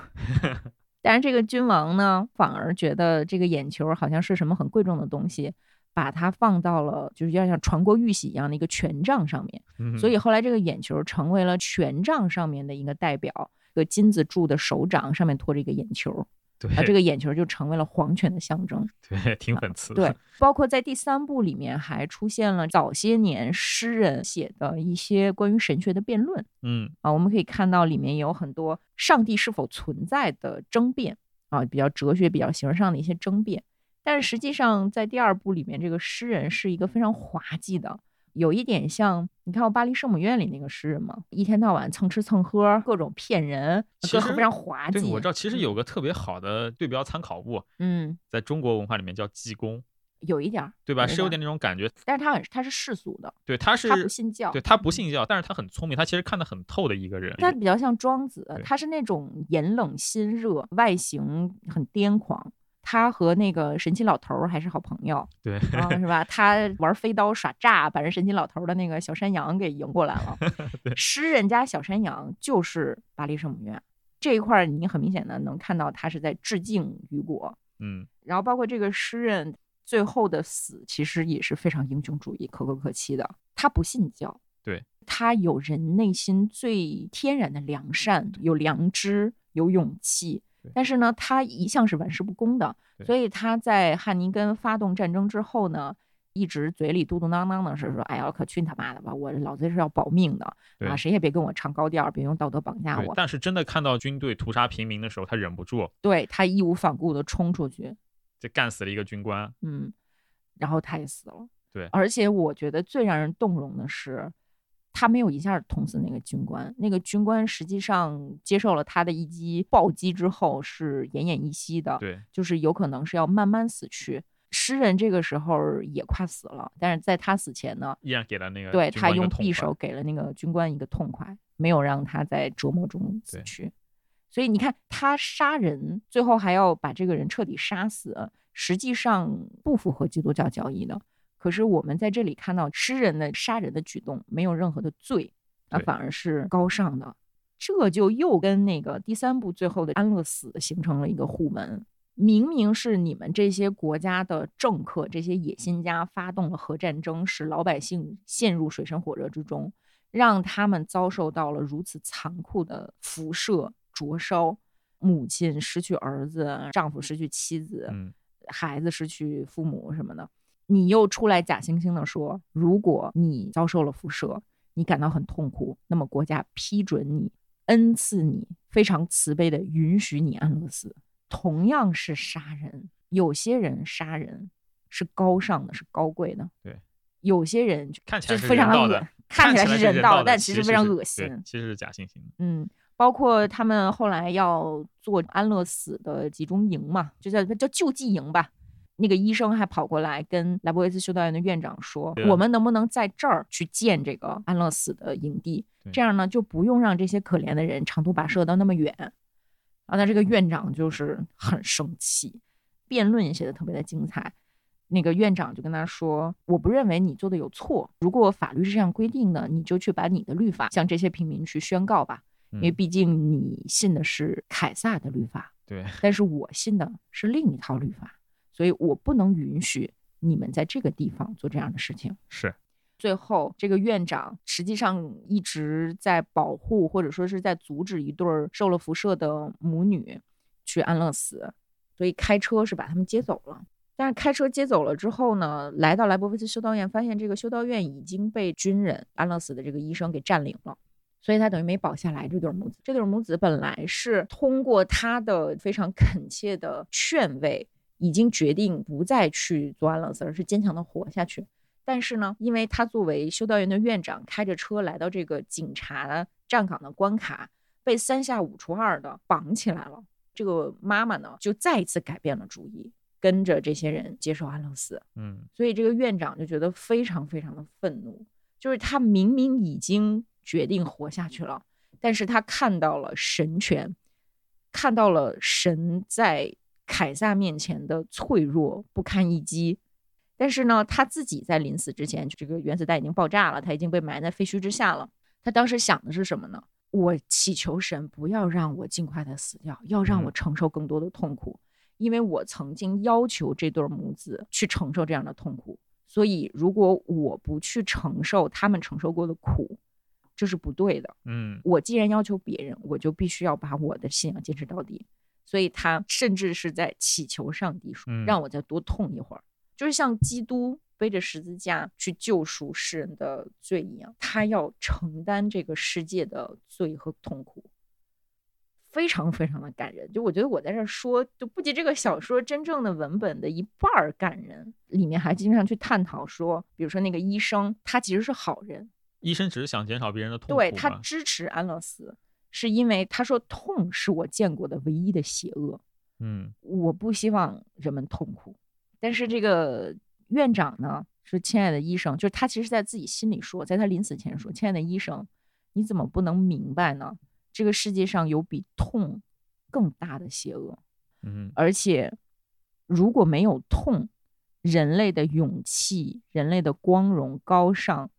但是这个君王呢，反而觉得这个眼球好像是什么很贵重的东西，把它放到了就是要像传国玉玺一样的一个权杖上面，嗯所以后来这个眼球成为了权杖上面的一个代表。一个金子铸的手掌上面托着一个眼球，对而这个眼球就成为了皇权的象征。对 *laughs* 挺讽刺的。对，包括在第三部里面还出现了早些年诗人写的一些关于神学的辩论嗯，啊，我们可以看到里面有很多上帝是否存在的争辩啊，比较哲学、比较形而上的一些争辩。但是实际上，在第二部里面，这个诗人是一个非常滑稽的，有一点像你看过《巴黎圣母院》里那个诗人吗？一天到晚蹭吃蹭喝，各种骗人，其各实种非常滑对，稽。我知道，其实有个特别好的对标参考物，嗯，在中国文化里面叫济公，有一点儿，对吧？一是点有点那种感觉。但是他很他是世俗的，对，他是他不信教，对他不信教，但是他很聪明，他其实看得很透的一个人。他比较像庄子哎对，他是那种严冷心热，外形很癫狂。他和那个神奇老头儿还是好朋友， *laughs* *laughs* 对，啊，是吧？他玩飞刀耍诈，把人神奇老头儿的那个小山羊给赢过来了 *laughs* 对。诗人家小山羊就是巴黎圣母院这一块，你很明显的能看到他是在致敬雨果。嗯，然后包括这个诗人最后的死，其实也是非常英雄主义、可歌可泣的。他不信教，对，他有人内心最天然的良善，有良知，有勇气对。但是呢，他一向是玩世不恭的，对所以他在汉尼根发动战争之后呢，一直嘴里嘟嘟囔囔的是说：“哎呀，可去你他妈的吧！我老子是要保命的对啊，谁也别跟我唱高调，别用道德绑架对我。”但是真的看到军队屠杀平民的时候，他忍不住对他义无反顾的冲出去，就干死了一个军官。嗯，然后他也死了。对而且我觉得最让人动容的是，他没有一下捅死那个军官，那个军官实际上接受了他的一击暴击之后是奄奄一息的，对，就是有可能是要慢慢死去。诗人这个时候也快死了，但是在他死前呢，依然给了那个对军他官一个用痛匕快首给了那个军官一个痛快，没有让他在折磨中死对去。所以你看，他杀人最后还要把这个人彻底杀死，实际上不符合基督教教义的。可是我们在这里看到诗人的杀人的举动没有任何的罪，那对反而是高尚的。这就又跟那个第三部最后的安乐死形成了一个互文。明明是你们这些国家的政客、这些野心家发动了核战争，使老百姓陷入水深火热之中，让他们遭受到了如此残酷的辐射、灼烧，母亲失去儿子，丈夫失去妻子，嗯，孩子失去父母什么的，你又出来假惺惺的说，如果你遭受了辐射，你感到很痛苦，那么国家批准你，恩赐你，非常慈悲的允许你安乐死。同样是杀人，有些人杀人是高尚的，是高贵的，对，有些人就看起就来是是非人常道恶的，看起来起来是人道道的，的，但其其实实是非常对恶心。其实是假惺惺的。嗯，包括他们后来要做安乐死的集中营嘛，就叫叫救济营吧。那个医生还跑过来跟莱博维茨修道院的院长说对：“我啊们能不能在这儿去建这个安乐死的营地？对这样呢，就不用让这些可怜的人长途跋涉到那么远。”然后他这个院长就是很生气，辩论也写的特别的精彩。那个院长就跟他说：“我不认为你做的有错，如果法律是这样规定的，你就去把你的律法向这些平民去宣告吧。”因为嗯，毕竟你信的是凯撒的律法，对，但是我信的是另一套律法，所以我不能允许你们在这个地方做这样的事情。是最后，这个院长实际上一直在保护或者说是在阻止一对儿受了辐射的母女去安乐死，所以开车是把他们接走了。但是开车接走了之后呢，来到莱博维茨修道院，发现这个修道院已经被军人安乐死的这个医生给占领了。所以他等于没保下来这对母子。这对母子本来是通过他的非常恳切的劝慰，已经决定不再去做安乐死，而是坚强的活下去。但是呢，因为他作为修道院的院长，开着车来到这个警察站岗的关卡，被三下五除二的绑起来了。这个妈妈呢，就再一次改变了主意，跟着这些人接受安乐死。嗯，所以这个院长就觉得非常非常的愤怒，就是他明明已经决定活下去了，但是他看到了神权，看到了神在凯撒面前的脆弱不堪一击。但是呢，他自己在临死之前，这个原子弹已经爆炸了，他已经被埋在废墟之下了。他当时想的是什么呢？我祈求神不要让我尽快的死掉，要让我嗯承受更多的痛苦。因为我曾经要求这对儿母子去承受这样的痛苦，所以如果我不去承受他们承受过的苦，这是不对的。嗯，我既然要求别人，我就必须要把我的信仰坚持到底。所以他甚至是在祈求上帝说嗯：“让我再多痛一会儿。”就是像基督背着十字架去救赎世人的罪一样，他要承担这个世界的罪和痛苦，非常非常的感人。就我觉得我在这儿说，就不及这个小说真正的文本的一半儿感人。里面还经常去探讨说，比如说那个医生，他其实是好人，医生只是想减少别人的痛苦嘛，对他支持安乐死，是因为他说痛是我见过的唯一的邪恶，嗯，我不希望人们痛苦。但是这个院长呢，说亲爱的医生，就是他其实在自己心里说，在他临死前说，亲爱的医生，你怎么不能明白呢？这个世界上有比痛更大的邪恶，嗯，而且如果没有痛，人类的勇气、人类的光荣、高尚、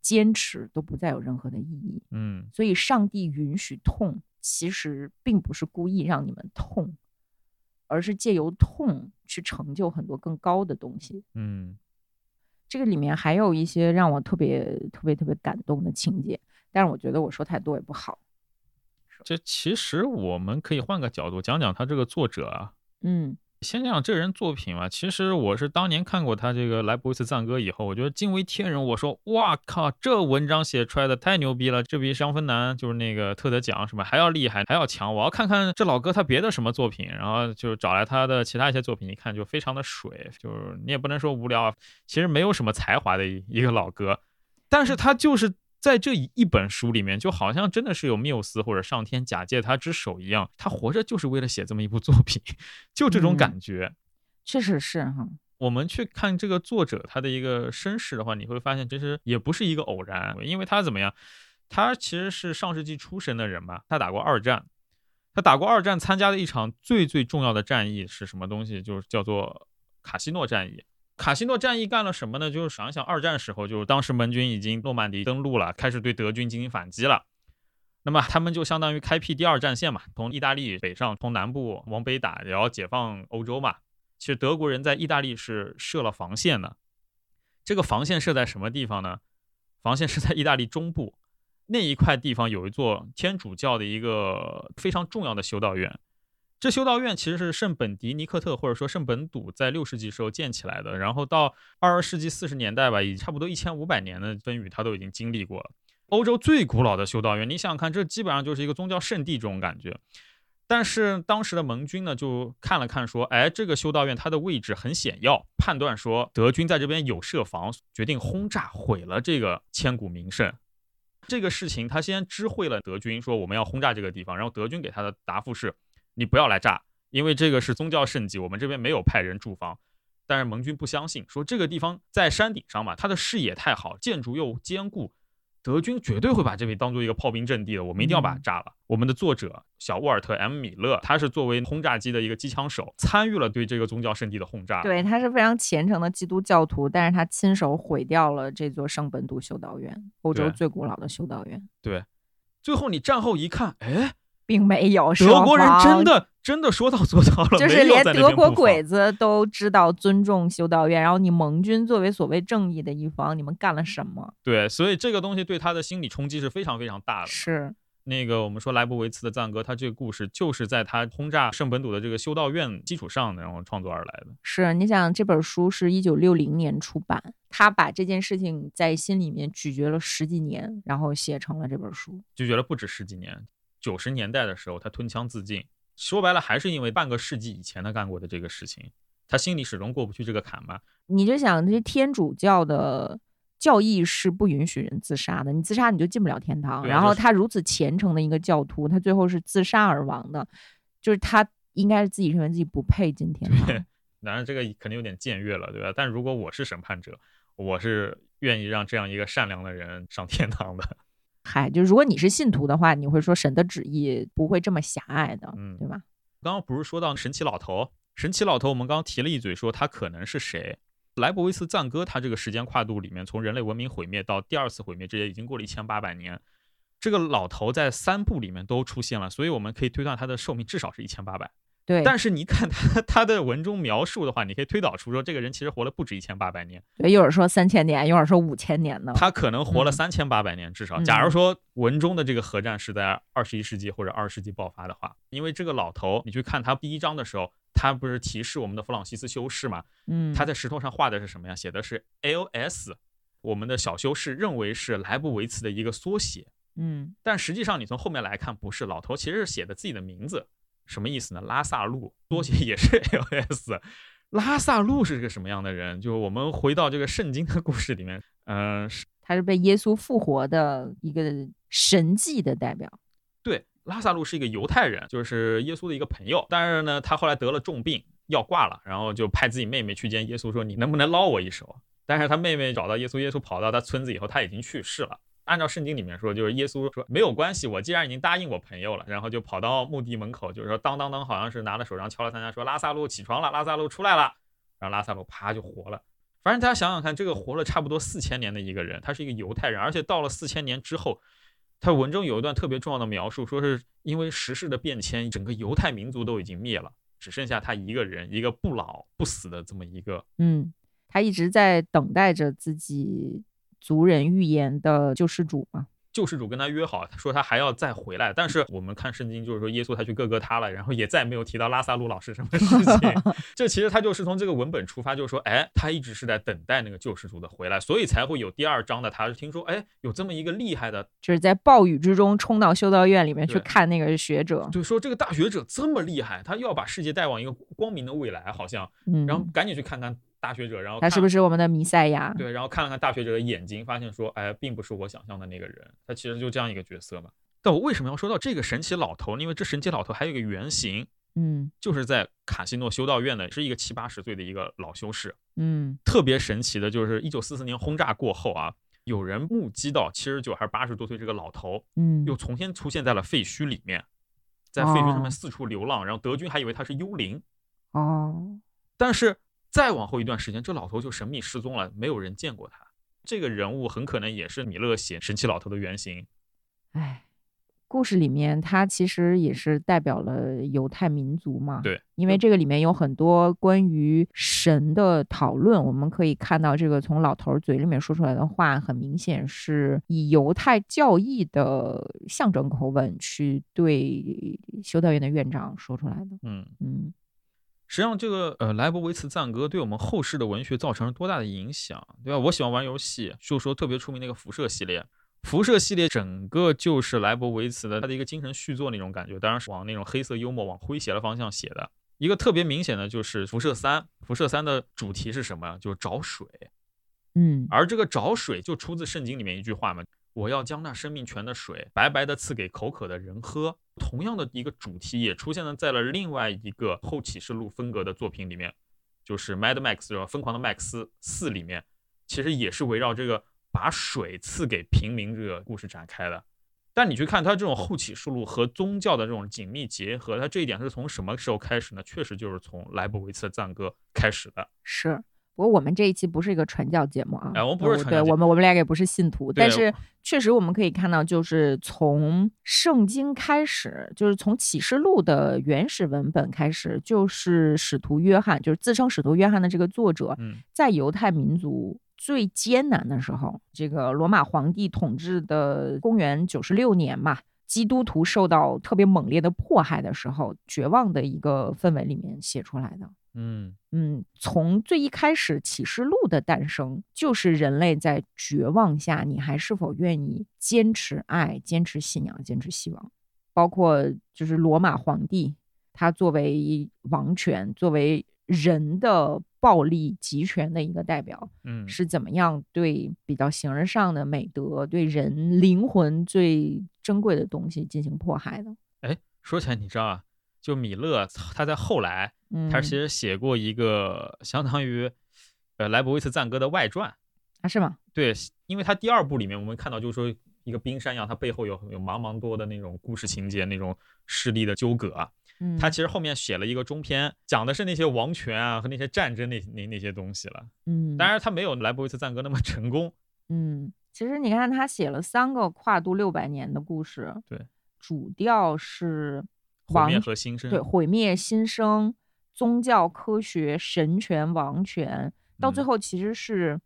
坚持都不再有任何的意义。嗯，所以上帝允许痛，其实并不是故意让你们痛，而是借由痛去成就很多更高的东西。嗯，这个里面还有一些让我特别特别特别感动的情节，但是我觉得我说太多也不好。这其实我们可以换个角度讲讲他这个作者啊，嗯先讲这人作品吧。其实我是当年看过他这个《莱博维茨赞歌》以后，我觉得惊为天人。我说，哇靠，这文章写出来的太牛逼了，这比香芬南就是那个特德奖什么还要厉害，还要强。我要看看这老哥他别的什么作品。然后就找来他的其他一些作品，一看就非常的水，就是你也不能说无聊啊，其实没有什么才华的一一个老哥，但是他就是。在这一一本书里面，就好像真的是有缪斯或者上天假借他之手一样，他活着就是为了写这么一部作品， *laughs* 就这种嗯感觉。确实是哈，我们去看这个作者他的一个身世的话，你会发现其实也不是一个偶然，因为他怎么样，他其实是上世纪出生的人嘛，他打过二战，他打过二战，参加的一场最最重要的战役是什么东西？就是叫做卡西诺战役。卡西诺战役干了什么呢？就是想想二战时候，就是当时盟军已经诺曼底登陆了，开始对德军进行反击了。那么他们就相当于开辟第二战线嘛，从意大利北上，从南部往北打，然后解放欧洲嘛。其实德国人在意大利是设了防线的，这个防线设在什么地方呢？防线是在意大利中部那一块地方有一座天主教的一个非常重要的修道院。这修道院其实是圣本迪尼克特或者说圣本笃在六世纪时候建起来的，然后到二十世纪四十年代吧，已差不多一千五百年的风雨，它都已经经历过了。欧洲最古老的修道院，你想想看，这基本上就是一个宗教圣地这种感觉。但是当时的盟军呢，就看了看说，哎，这个修道院它的位置很险要，判断说德军在这边有设防，决定轰炸毁了这个千古名胜。这个事情他先知会了德军，说我们要轰炸这个地方，然后德军给他的答复是，你不要来炸，因为这个是宗教圣迹，我们这边没有派人驻防。但是盟军不相信，说这个地方在山顶上嘛，它的视野太好，建筑又坚固，德军绝对会把这里当做一个炮兵阵地的，我们一定要把它炸了。我们的作者小沃尔特 ·M· 米勒，他是作为轰炸机的一个机枪手，参与了对这个宗教圣地的轰炸。对，他是非常虔诚的基督教徒，但是他亲手毁掉了这座圣本笃修道院，欧洲对最古老的修道院，对最后你战后一看，哎，并没有德国人的。真的真的说到做到了，哦 *laughs* 就没是有连在那德边国布防鬼子都知道尊重修道院，然后你盟军作为所谓正义的一方，你们干了什么？对，所以这个东西对他的心理冲击是非常非常大的。是，那个我们说莱博维茨的赞歌，他这个故事就是在他轰炸圣本笃的这个修道院基础上，然后创作而来的。是你想这本书是一九六零年出版，他把这件事情在心里面咀嚼了十几年，然后写成了这本书。就觉得不止十几年，九十年代的时候他吞枪自尽，说白了还是因为半个世纪以前他干过的这个事情，他心里始终过不去这个坎嘛。你就想这天主教的教义是不允许人自杀的，你自杀你就进不了天堂。对啊然就后是他如此虔诚的一个教徒，他最后是自杀而亡的，就是他应该是自己认为自己不配进天堂。当然这个肯定有点僭越了，对吧？但如果我是审判者，我是愿意让这样一个善良的人上天堂的。嗨，就如果你是信徒的话，你会说神的旨意不会这么狭隘的，嗯对吧？刚刚不是说到神奇老头？神奇老头，我们刚刚提了一嘴，说他可能是谁？莱博维茨赞歌，他这个时间跨度里面，从人类文明毁灭到第二次毁灭之间，已经过了一千八百年。这个老头在三部里面都出现了，所以我们可以推断他的寿命至少是一千八百。对，但是你看他他的文中描述的话，你可以推导出说，这个人其实活了不止一千八百年，对，有人说三千年，有人说五千年呢。他可能活了嗯三千八百年至少。嗯假如说文中的这个核战是在二十一世纪或者二十世纪爆发的话，因为这个老头，你去看他第一章的时候，他不是提示我们的弗朗西斯修士嘛？嗯，他在石头上画的是什么呀？写的是 L.S，我们的小修士认为是莱布维茨的一个缩写，嗯但实际上你从后面来看不是，老头其实是写的自己的名字，什么意思呢？拉萨路缩写也是 *laughs* L.S。拉萨路是个什么样的人？就是我们回到这个圣经的故事里面，嗯、是他是被耶稣复活的一个神迹的代表。对，拉萨路是一个犹太人，就是耶稣的一个朋友。但是呢，他后来得了重病，要挂了，然后就派自己妹妹去见耶稣，说：“你能不能捞我一手？”但是他妹妹找到耶稣，耶稣跑到他村子以后，他已经去世了。按照圣经里面说，就是耶稣说没有关系，我既然已经答应我朋友了，然后就跑到墓地门口，就是说当当当，好像是拿了手杖敲了三下，说拉萨路起床了，拉萨路出来了，然后拉萨路啪就活了。反正大家想想看，这个活了差不多四千年的一个人，他是一个犹太人，而且到了四千年之后，他文中有一段特别重要的描述，说是因为时势的变迁，整个犹太民族都已经灭了，只剩下他一个人，一个不老不死的这么一个。嗯，他一直在等待着自己族人预言的救世主嘛。救世主跟他约好，他说他还要再回来，但是我们看圣经就是说耶稣他去各个他了，然后也再没有提到拉萨路老师什么事情。这其实他就是从这个文本出发，就是说，哎，他一直是在等待那个救世主的回来，所以才会有第二章的他听说，哎，有这么一个厉害的就是在暴雨之中冲到修道院里面去对看那个学者，对，说这个大学者这么厉害，他要把世界带往一个光明的未来，好像，嗯，然后赶紧去看看大学者，然后他看是不是我们的弥赛亚？对，然后看了看大学者的眼睛，发现说，哎，并不是我想象的那个人，他其实就这样一个角色嘛。但我为什么要说到这个神奇老头呢？因为这神奇老头还有一个原型，嗯就是在卡西诺修道院的，是一个七八十岁的一个老修士。嗯特别神奇的就是，一九四四年轰炸过后啊，有人目击到七十九还是八十多岁这个老头嗯，又重新出现在了废墟里面，在废墟上哦面四处流浪，然后德军还以为他是幽灵，哦，但是再往后一段时间，这老头就神秘失踪了，没有人见过他。这个人物很可能也是米勒写《神奇老头》的原型。哎，故事里面，它其实也是代表了犹太民族嘛。对，因为这个里面有很多关于神的讨论，我们可以看到这个从老头儿嘴里面说出来的话，很明显是以犹太教义的象征口吻去对修道院的院长说出来的。嗯，嗯，实际上，这个呃莱博维茨赞歌对我们后世的文学造成了多大的影响，对吧？我喜欢玩游戏，就说特别出名的一个辐射系列。辐射系列整个就是莱博维茨的他的一个精神续作那种感觉，当然是往那种黑色幽默、往诙谐的方向写的。一个特别明显的就是辐射三，辐射三的主题是什么呀？就是找水，嗯，而这个找水就出自圣经里面一句话嘛：“我要将那生命泉的水白白的赐给口渴的人喝。”同样的一个主题也出现了在了另外一个后启示录风格的作品里面，就是《Mad Max》是吧？疯狂的麦克斯四里面，其实也是围绕这个把水赐给平民这个故事展开的。但你去看它这种后启示录和宗教的这种紧密结合，它这一点是从什么时候开始呢？确实就是从莱博维茨的赞歌开始的。是。不过我们这一期不是一个传教节目啊，哎我们不是传教对节目我们我们俩也不是信徒，对但是确实我们可以看到，就是从圣经开始，就是从启示录的原始文本开始，就是使徒约翰，就是自称使徒约翰的这个作者，嗯，在犹太民族最艰难的时候，这个罗马皇帝统治的公元九十六年嘛，基督徒受到特别猛烈的迫害的时候，绝望的一个氛围里面写出来的。嗯，嗯，从最一开始启示录的诞生，就是人类在绝望下，你还是否愿意坚持爱、坚持信仰、坚持希望？包括就是罗马皇帝，他作为王权，作为人的暴力集权的一个代表，嗯，是怎么样对比较形而上的美德、对人灵魂最珍贵的东西进行迫害的？哎，说起来你知道啊，就米勒他在后来，嗯，他其实写过一个相当于呃莱博维茨赞歌的外传。啊是吗？对，因为他第二部里面我们看到就是说一个冰山一样，它背后有有茫茫多的那种故事情节，那种势力的纠葛啊。嗯，他其实后面写了一个中篇，讲的是那些王权啊和那些战争那那那些东西了。嗯，当然他没有莱博维茨赞歌那么成功。嗯，其实你看，他写了三个跨度六百年的故事，对，主调是毁王灭和新生，对毁灭新生、宗教、科学、神权、王权，到最嗯后其实是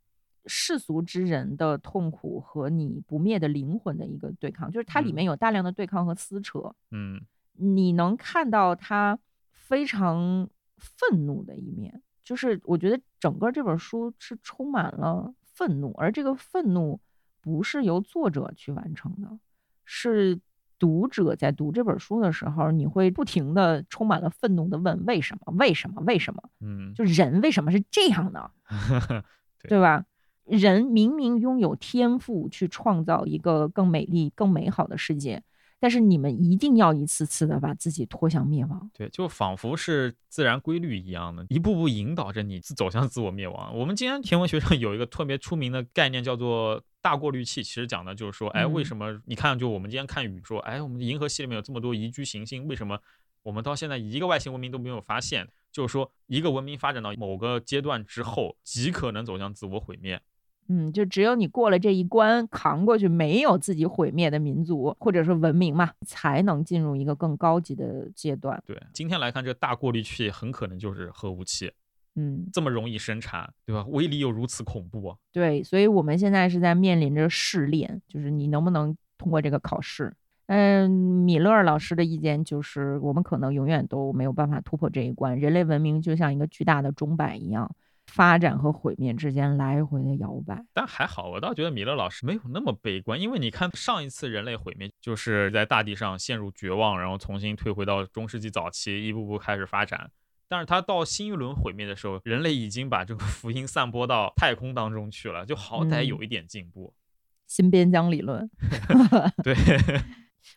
世俗之人的痛苦和你不灭的灵魂的一个对抗，就是它里嗯面有大量的对抗和撕扯，嗯你能看到他非常愤怒的一面，就是我觉得整个这本书是充满了愤怒，而这个愤怒不是由作者去完成的，是读者在读这本书的时候，你会不停的充满了愤怒的问为什么，为什么，为什么？嗯，就人为什么是这样的，对对吧？人明明拥有天赋去创造一个更美丽、更美好的世界，但是你们一定要一次次的把自己拖向灭亡。对，就仿佛是自然规律一样的，一步步引导着你自走向自我灭亡。我们今天天文学上有一个特别出名的概念，叫做大过滤器，其实讲的就是说，哎，为嗯什么你看，就我们今天看宇宙，哎，我们银河系里面有这么多宜居行星，为什么我们到现在一个外星文明都没有发现？就是说，一个文明发展到某个阶段之后，极可能走向自我毁灭。嗯，就只有你过了这一关，扛过去，没有自己毁灭的民族或者说文明嘛，才能进入一个更高级的阶段。对，今天来看，这个大过滤器很可能就是核武器，嗯，这么容易生产，对吧？威力又如此恐怖，啊对，所以我们现在是在面临着试炼，就是你能不能通过这个考试。嗯，米勒尔老师的意见就是，我们可能永远都没有办法突破这一关。人类文明就像一个巨大的钟摆一样，发展和毁灭之间来回的摇摆。但还好，我倒觉得米勒老师没有那么悲观，因为你看上一次人类毁灭就是在大地上陷入绝望，然后重新退回到中世纪早期，一步步开始发展。但是他到新一轮毁灭的时候，人类已经把这个 *laughs* 福音散播到太空当中去了，就好歹嗯有一点进 *laughs* 步。新边疆理 *laughs* 论。对，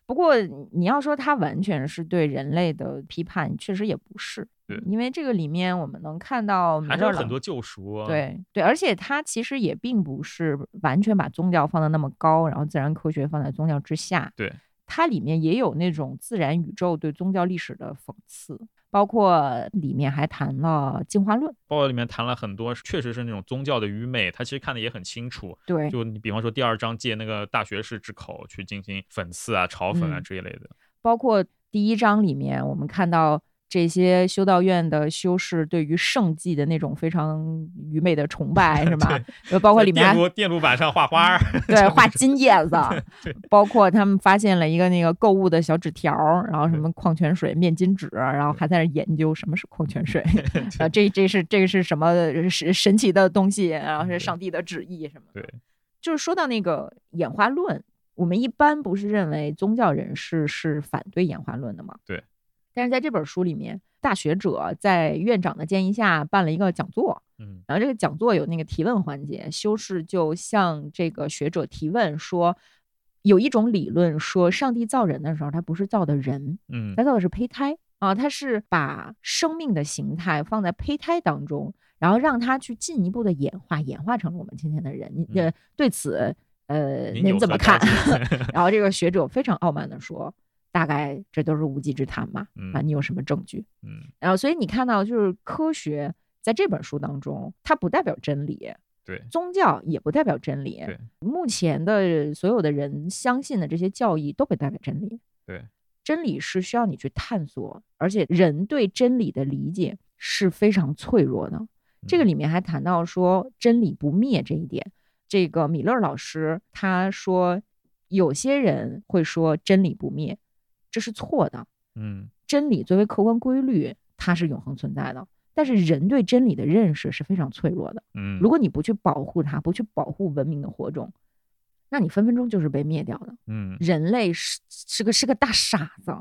不过你要说它完全是对人类的批判，确实也不是对，因为这个里面我们能看到米还是勒有尔老很多救赎。，啊对对，而且他其实也并不是完全把宗教放得那么高，然后自然科学放在宗教之下。对，它里面也有那种自然宇宙对宗教历史的讽刺，包括里面还谈了进化论，包括里面谈了很多，确实是那种宗教的愚昧，他其实看的也很清楚。对，就你比方说第二章借那个大学士之口去进行讽刺啊、嘲讽啊嗯这一类的，包括第一章里面我们看到这些修道院的修士对于圣迹的那种非常愚昧的崇 *laughs* 拜，是吧？呃包包括里面还电路电路板上画花儿， *laughs* 对，画金叶子，包括他们发现了一个那个购物的小纸条儿，然后什对么矿泉水、面巾纸，然后还在那儿研究什么是矿泉 *laughs* 水， *laughs* 呃，这这是这个是什么神神奇的东西，然后对是上帝的旨意什么的。对，就是说到那个演化论，我们一般不是认为宗教人士是反对演化论的吗？对。但是在这本书里面，大学者在院长的建议下办了一个讲座，嗯，然后这个讲座有那个提问环节，修士就向这个学者提问说，有一种理论说，上帝造人的时候，他不是造的人，嗯他造的是胚胎啊，他是把生命的形态放在胚胎当中，然后让它去进一步的演化，演化成了我们今天的人。你嗯呃，对此，呃，您有您怎何么高看？见 *laughs* 然后这个学者非常傲慢的说，大概这都是无稽之谈嘛，啊，嗯你有什么证据？嗯，然后所以你看到就是科学在这本书当中，它不代表真理，对，宗教也不代表真理对。目前的所有的人相信的这些教义都不代表真理。对，真理是需要你去探索，而且人对真理的理解是非常脆弱的。这个嗯里面还谈到说真理不灭这一点。这个米勒老师他说，有些人会说真理不灭，这是错的。嗯真理作为客观规律，它是永恒存在的。但是人对真理的认识是非常脆弱的，嗯，如果你不去保护它，不去保护文明的火种，那你分分钟就是被灭掉的。嗯人类是是个是个大傻子。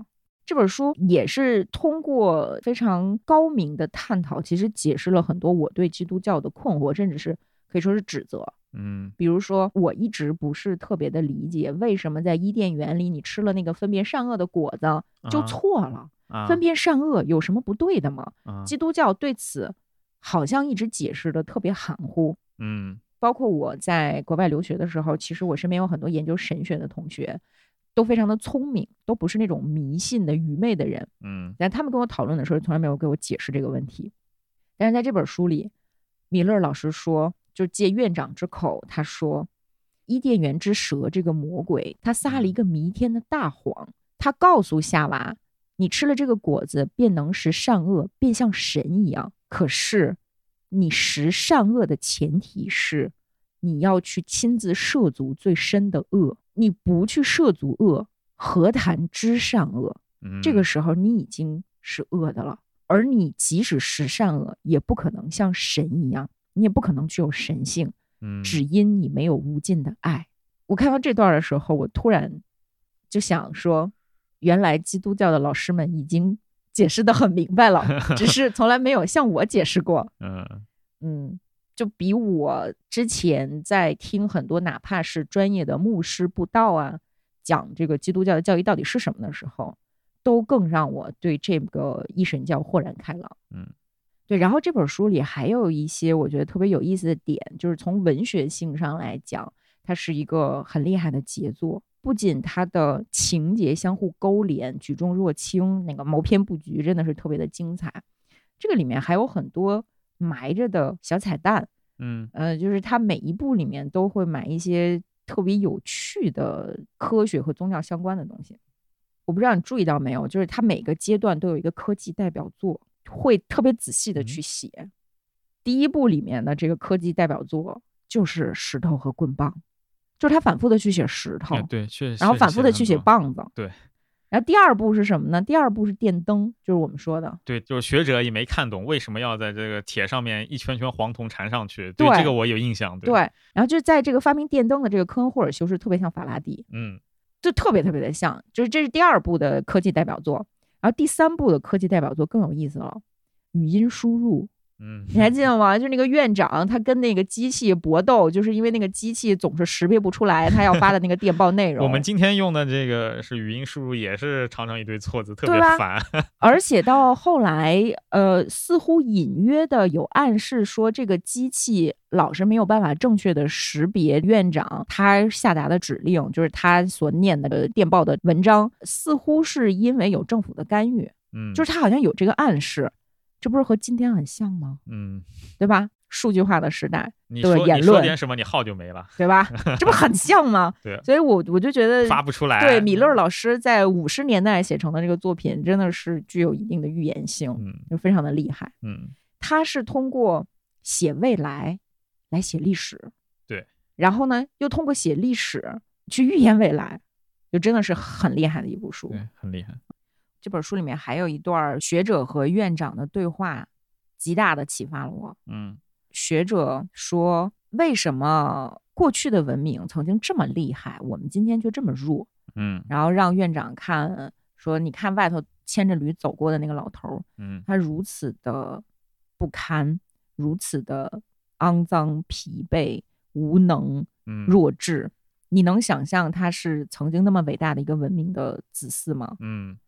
这本书也是通过非常高明的探讨，其实解释了很多我对基督教的困惑，甚至是可以说是指责。嗯比如说，我一直不是特别的理解，为什么在伊甸园里你吃了那个分别善恶的果子就啊错了？啊分辨善恶有什么不对的吗？啊基督教对此好像一直解释的特别含糊。嗯包括我在国外留学的时候，其实我身边有很多研究神学的同学，都非常的聪明，都不是那种迷信的愚昧的人。嗯但他们跟我讨论的时候，从来没有给我解释这个问题。但是在这本书里，米勒老师说，就借院长之口，他说，伊甸园之蛇这个魔鬼，他撒了一个弥天的大谎，他告诉夏娃，你吃了这个果子，便能使善恶变像神一样。可是，你食善恶的前提是，你要去亲自涉足最深的恶，你不去涉足恶，何谈知善恶？嗯，这个时候你已经是恶的了，而你即使是善恶，也不可能像神一样，你也不可能具有神性，嗯只因你没有无尽的爱。我看到这段的时候，我突然就想说，原来基督教的老师们已经解释的很明白了，只是从来没有向我解释过。嗯嗯，就比我之前在听很多哪怕是专业的牧师布道啊，讲这个基督教的教义到底是什么的时候，都更让我对这个一神教豁然开朗。嗯，对。然后这本书里还有一些我觉得特别有意思的点，就是从文学性上来讲，它是一个很厉害的杰作。不仅它的情节相互勾连，举重若轻，那个谋篇布局真的是特别的精彩。这个里面还有很多埋着的小彩蛋，嗯呃，就是它每一部里面都会埋一些特别有趣的科学和宗教相关的东西。我不知道你注意到没有，就是它每个阶段都有一个科技代表作，会特别仔细嗯的去写。第一部里面的这个科技代表作就是石头和棍棒，就是他反复的去写石头，嗯对，确实，然后反复的去写棒。棒子。对。然后第二部是什么呢？第二部是电灯，就是我们说的，对，就是学者也没看懂为什么要在这个铁上面一圈圈黄铜缠上去。对这个我有印象。对，对，然后就是在这个发明电灯的这个科恩霍尔修士特别像法拉第，嗯就特别特别的像，就是这是第二部的科技代表作，然后第三部的科技代表作更有意思了，语音输入，嗯，你还记得吗？就是那个院长他跟那个机器搏斗，就是因为那个机器总是识别不出来他要发的那个电报内容。我们今天用的这个是语音输入，也是常常一堆错字，特对啊别吧烦。而且到后来，呃，似乎隐约的有暗示说，这个机器老是没有办法正确的识别院长他下达的指呃令，就是他所念的电报的文章，似乎是因为有政府的干预。嗯，就是是他好像有这个暗示，这不是和今天很像吗？嗯，对吧？数据化的时代，你对说言你说论点什么，你号就没了，对吧？这不很像吗？ *laughs* 对所以我我就觉得发不出来。嗯对米勒老师在五十年代写成的这个作品，真的是具有一定的预言性，嗯就非常的厉害。嗯他是通过写未来来写历史，对，然后呢，又通过写历史去预言未来，就真的是很厉害的一部书。对，很厉害。这本书里面还有一段学者和院长的对话，极大的启发了我。嗯学者说，为什么过去的文明曾经这么厉害，我们今天却这么弱？嗯然后让院长看，说你看外头牵着驴走过的那个老头儿，嗯他如此的不堪，如此的肮脏、疲惫、无能、嗯，弱智。你能想象他是曾经那么伟大的一个文明的子嗣吗？嗯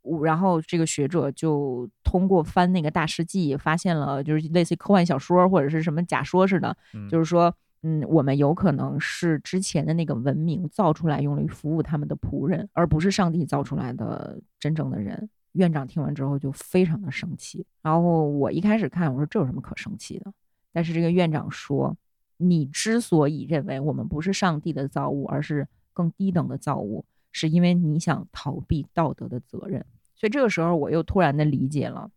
我然后这个学者就通过翻那个大世纪，发现了就是类似于科幻小说或者是什么假说似的，嗯就是说，嗯，我们有可能是之前的那个文明造出来用来服务他们的仆人，而不是上帝造出来的真正的人。院长听完之后就非常的生气，然后我一开始看我说这有什么可生气的，但是这个院长说，你之所以认为我们不是上帝的造物，而是更低等的造物，是因为你想逃避道德的责任。所以这个时候我又突然的理解了，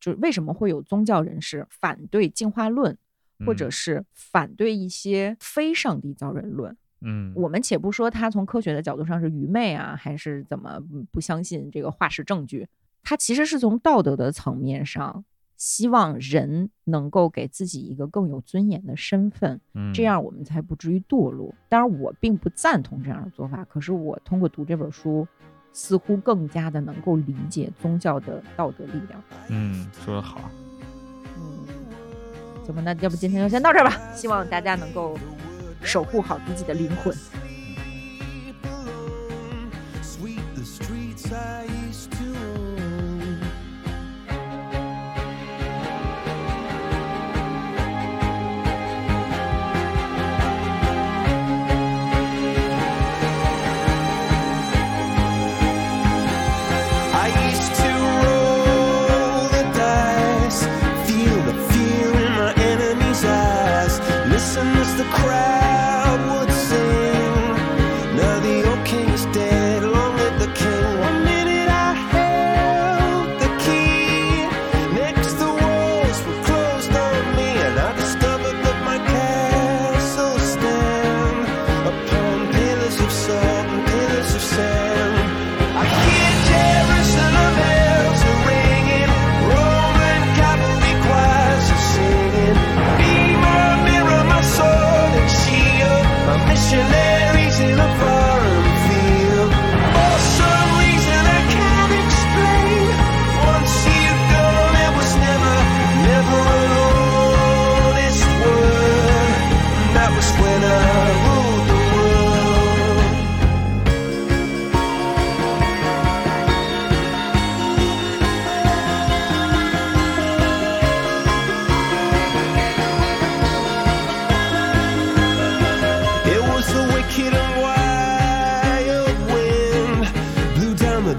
就是为什么会有宗教人士反对进化论，或者是反对一些非上帝造人论。嗯我们且不说他从科学的角度上是愚昧啊，还是怎么嗯不相信这个化石证据，他其实是从道德的层面上。希望人能够给自己一个更有尊严的身份，嗯这样我们才不至于堕落。当然，我并不赞同这样的做法，可是我通过读这本书，似乎更加的能够理解宗教的道德力量。嗯说的好，嗯，怎么那要不今天就先到这儿吧？希望大家能够守护好自己的灵魂。 sleep alone. Sweep the streets I used to own. I used to roll the dice, feel the fear in my enemy's eyes, listen as the crowd would sing. Now the old king is dead, long live the king. One minute I held the key, next the walls were closed on me, and I discovered that my castle stand upon pillars of salt and pillars of sand. I hear Jerusalem bells are ringing, Roman cavalry choirs are singing. Be my mirror, my sword and shield, my missionaries in a foreign field. For some reason I can't explain, once you've gone, it was never, never an honest word. That was when I ruled the world. It was the wicked and wild wind blew down the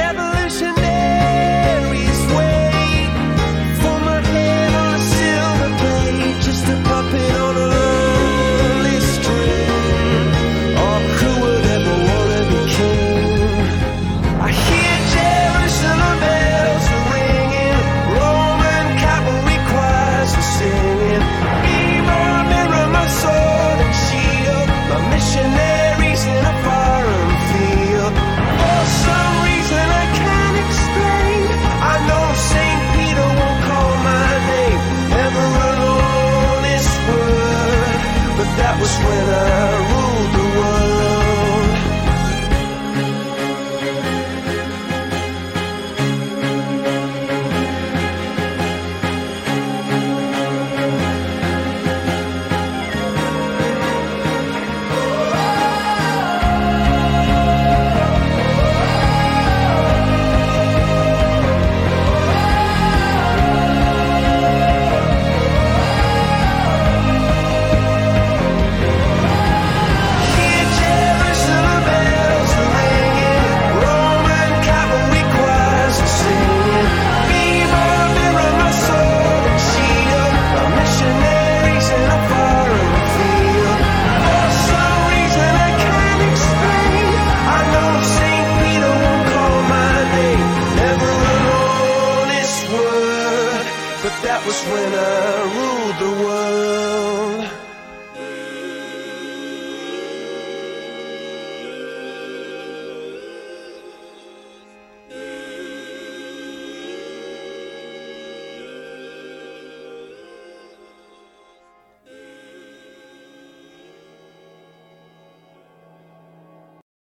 Revolutionaries wait for my head on a silver plate, just a puppet on a lonely string. Or who would ever wanna be king? I hear Jerusalem bells are ringing, Roman cavalry choirs are singing. Be my mirror, my sword and shield, my missionaries in a foreign field. For when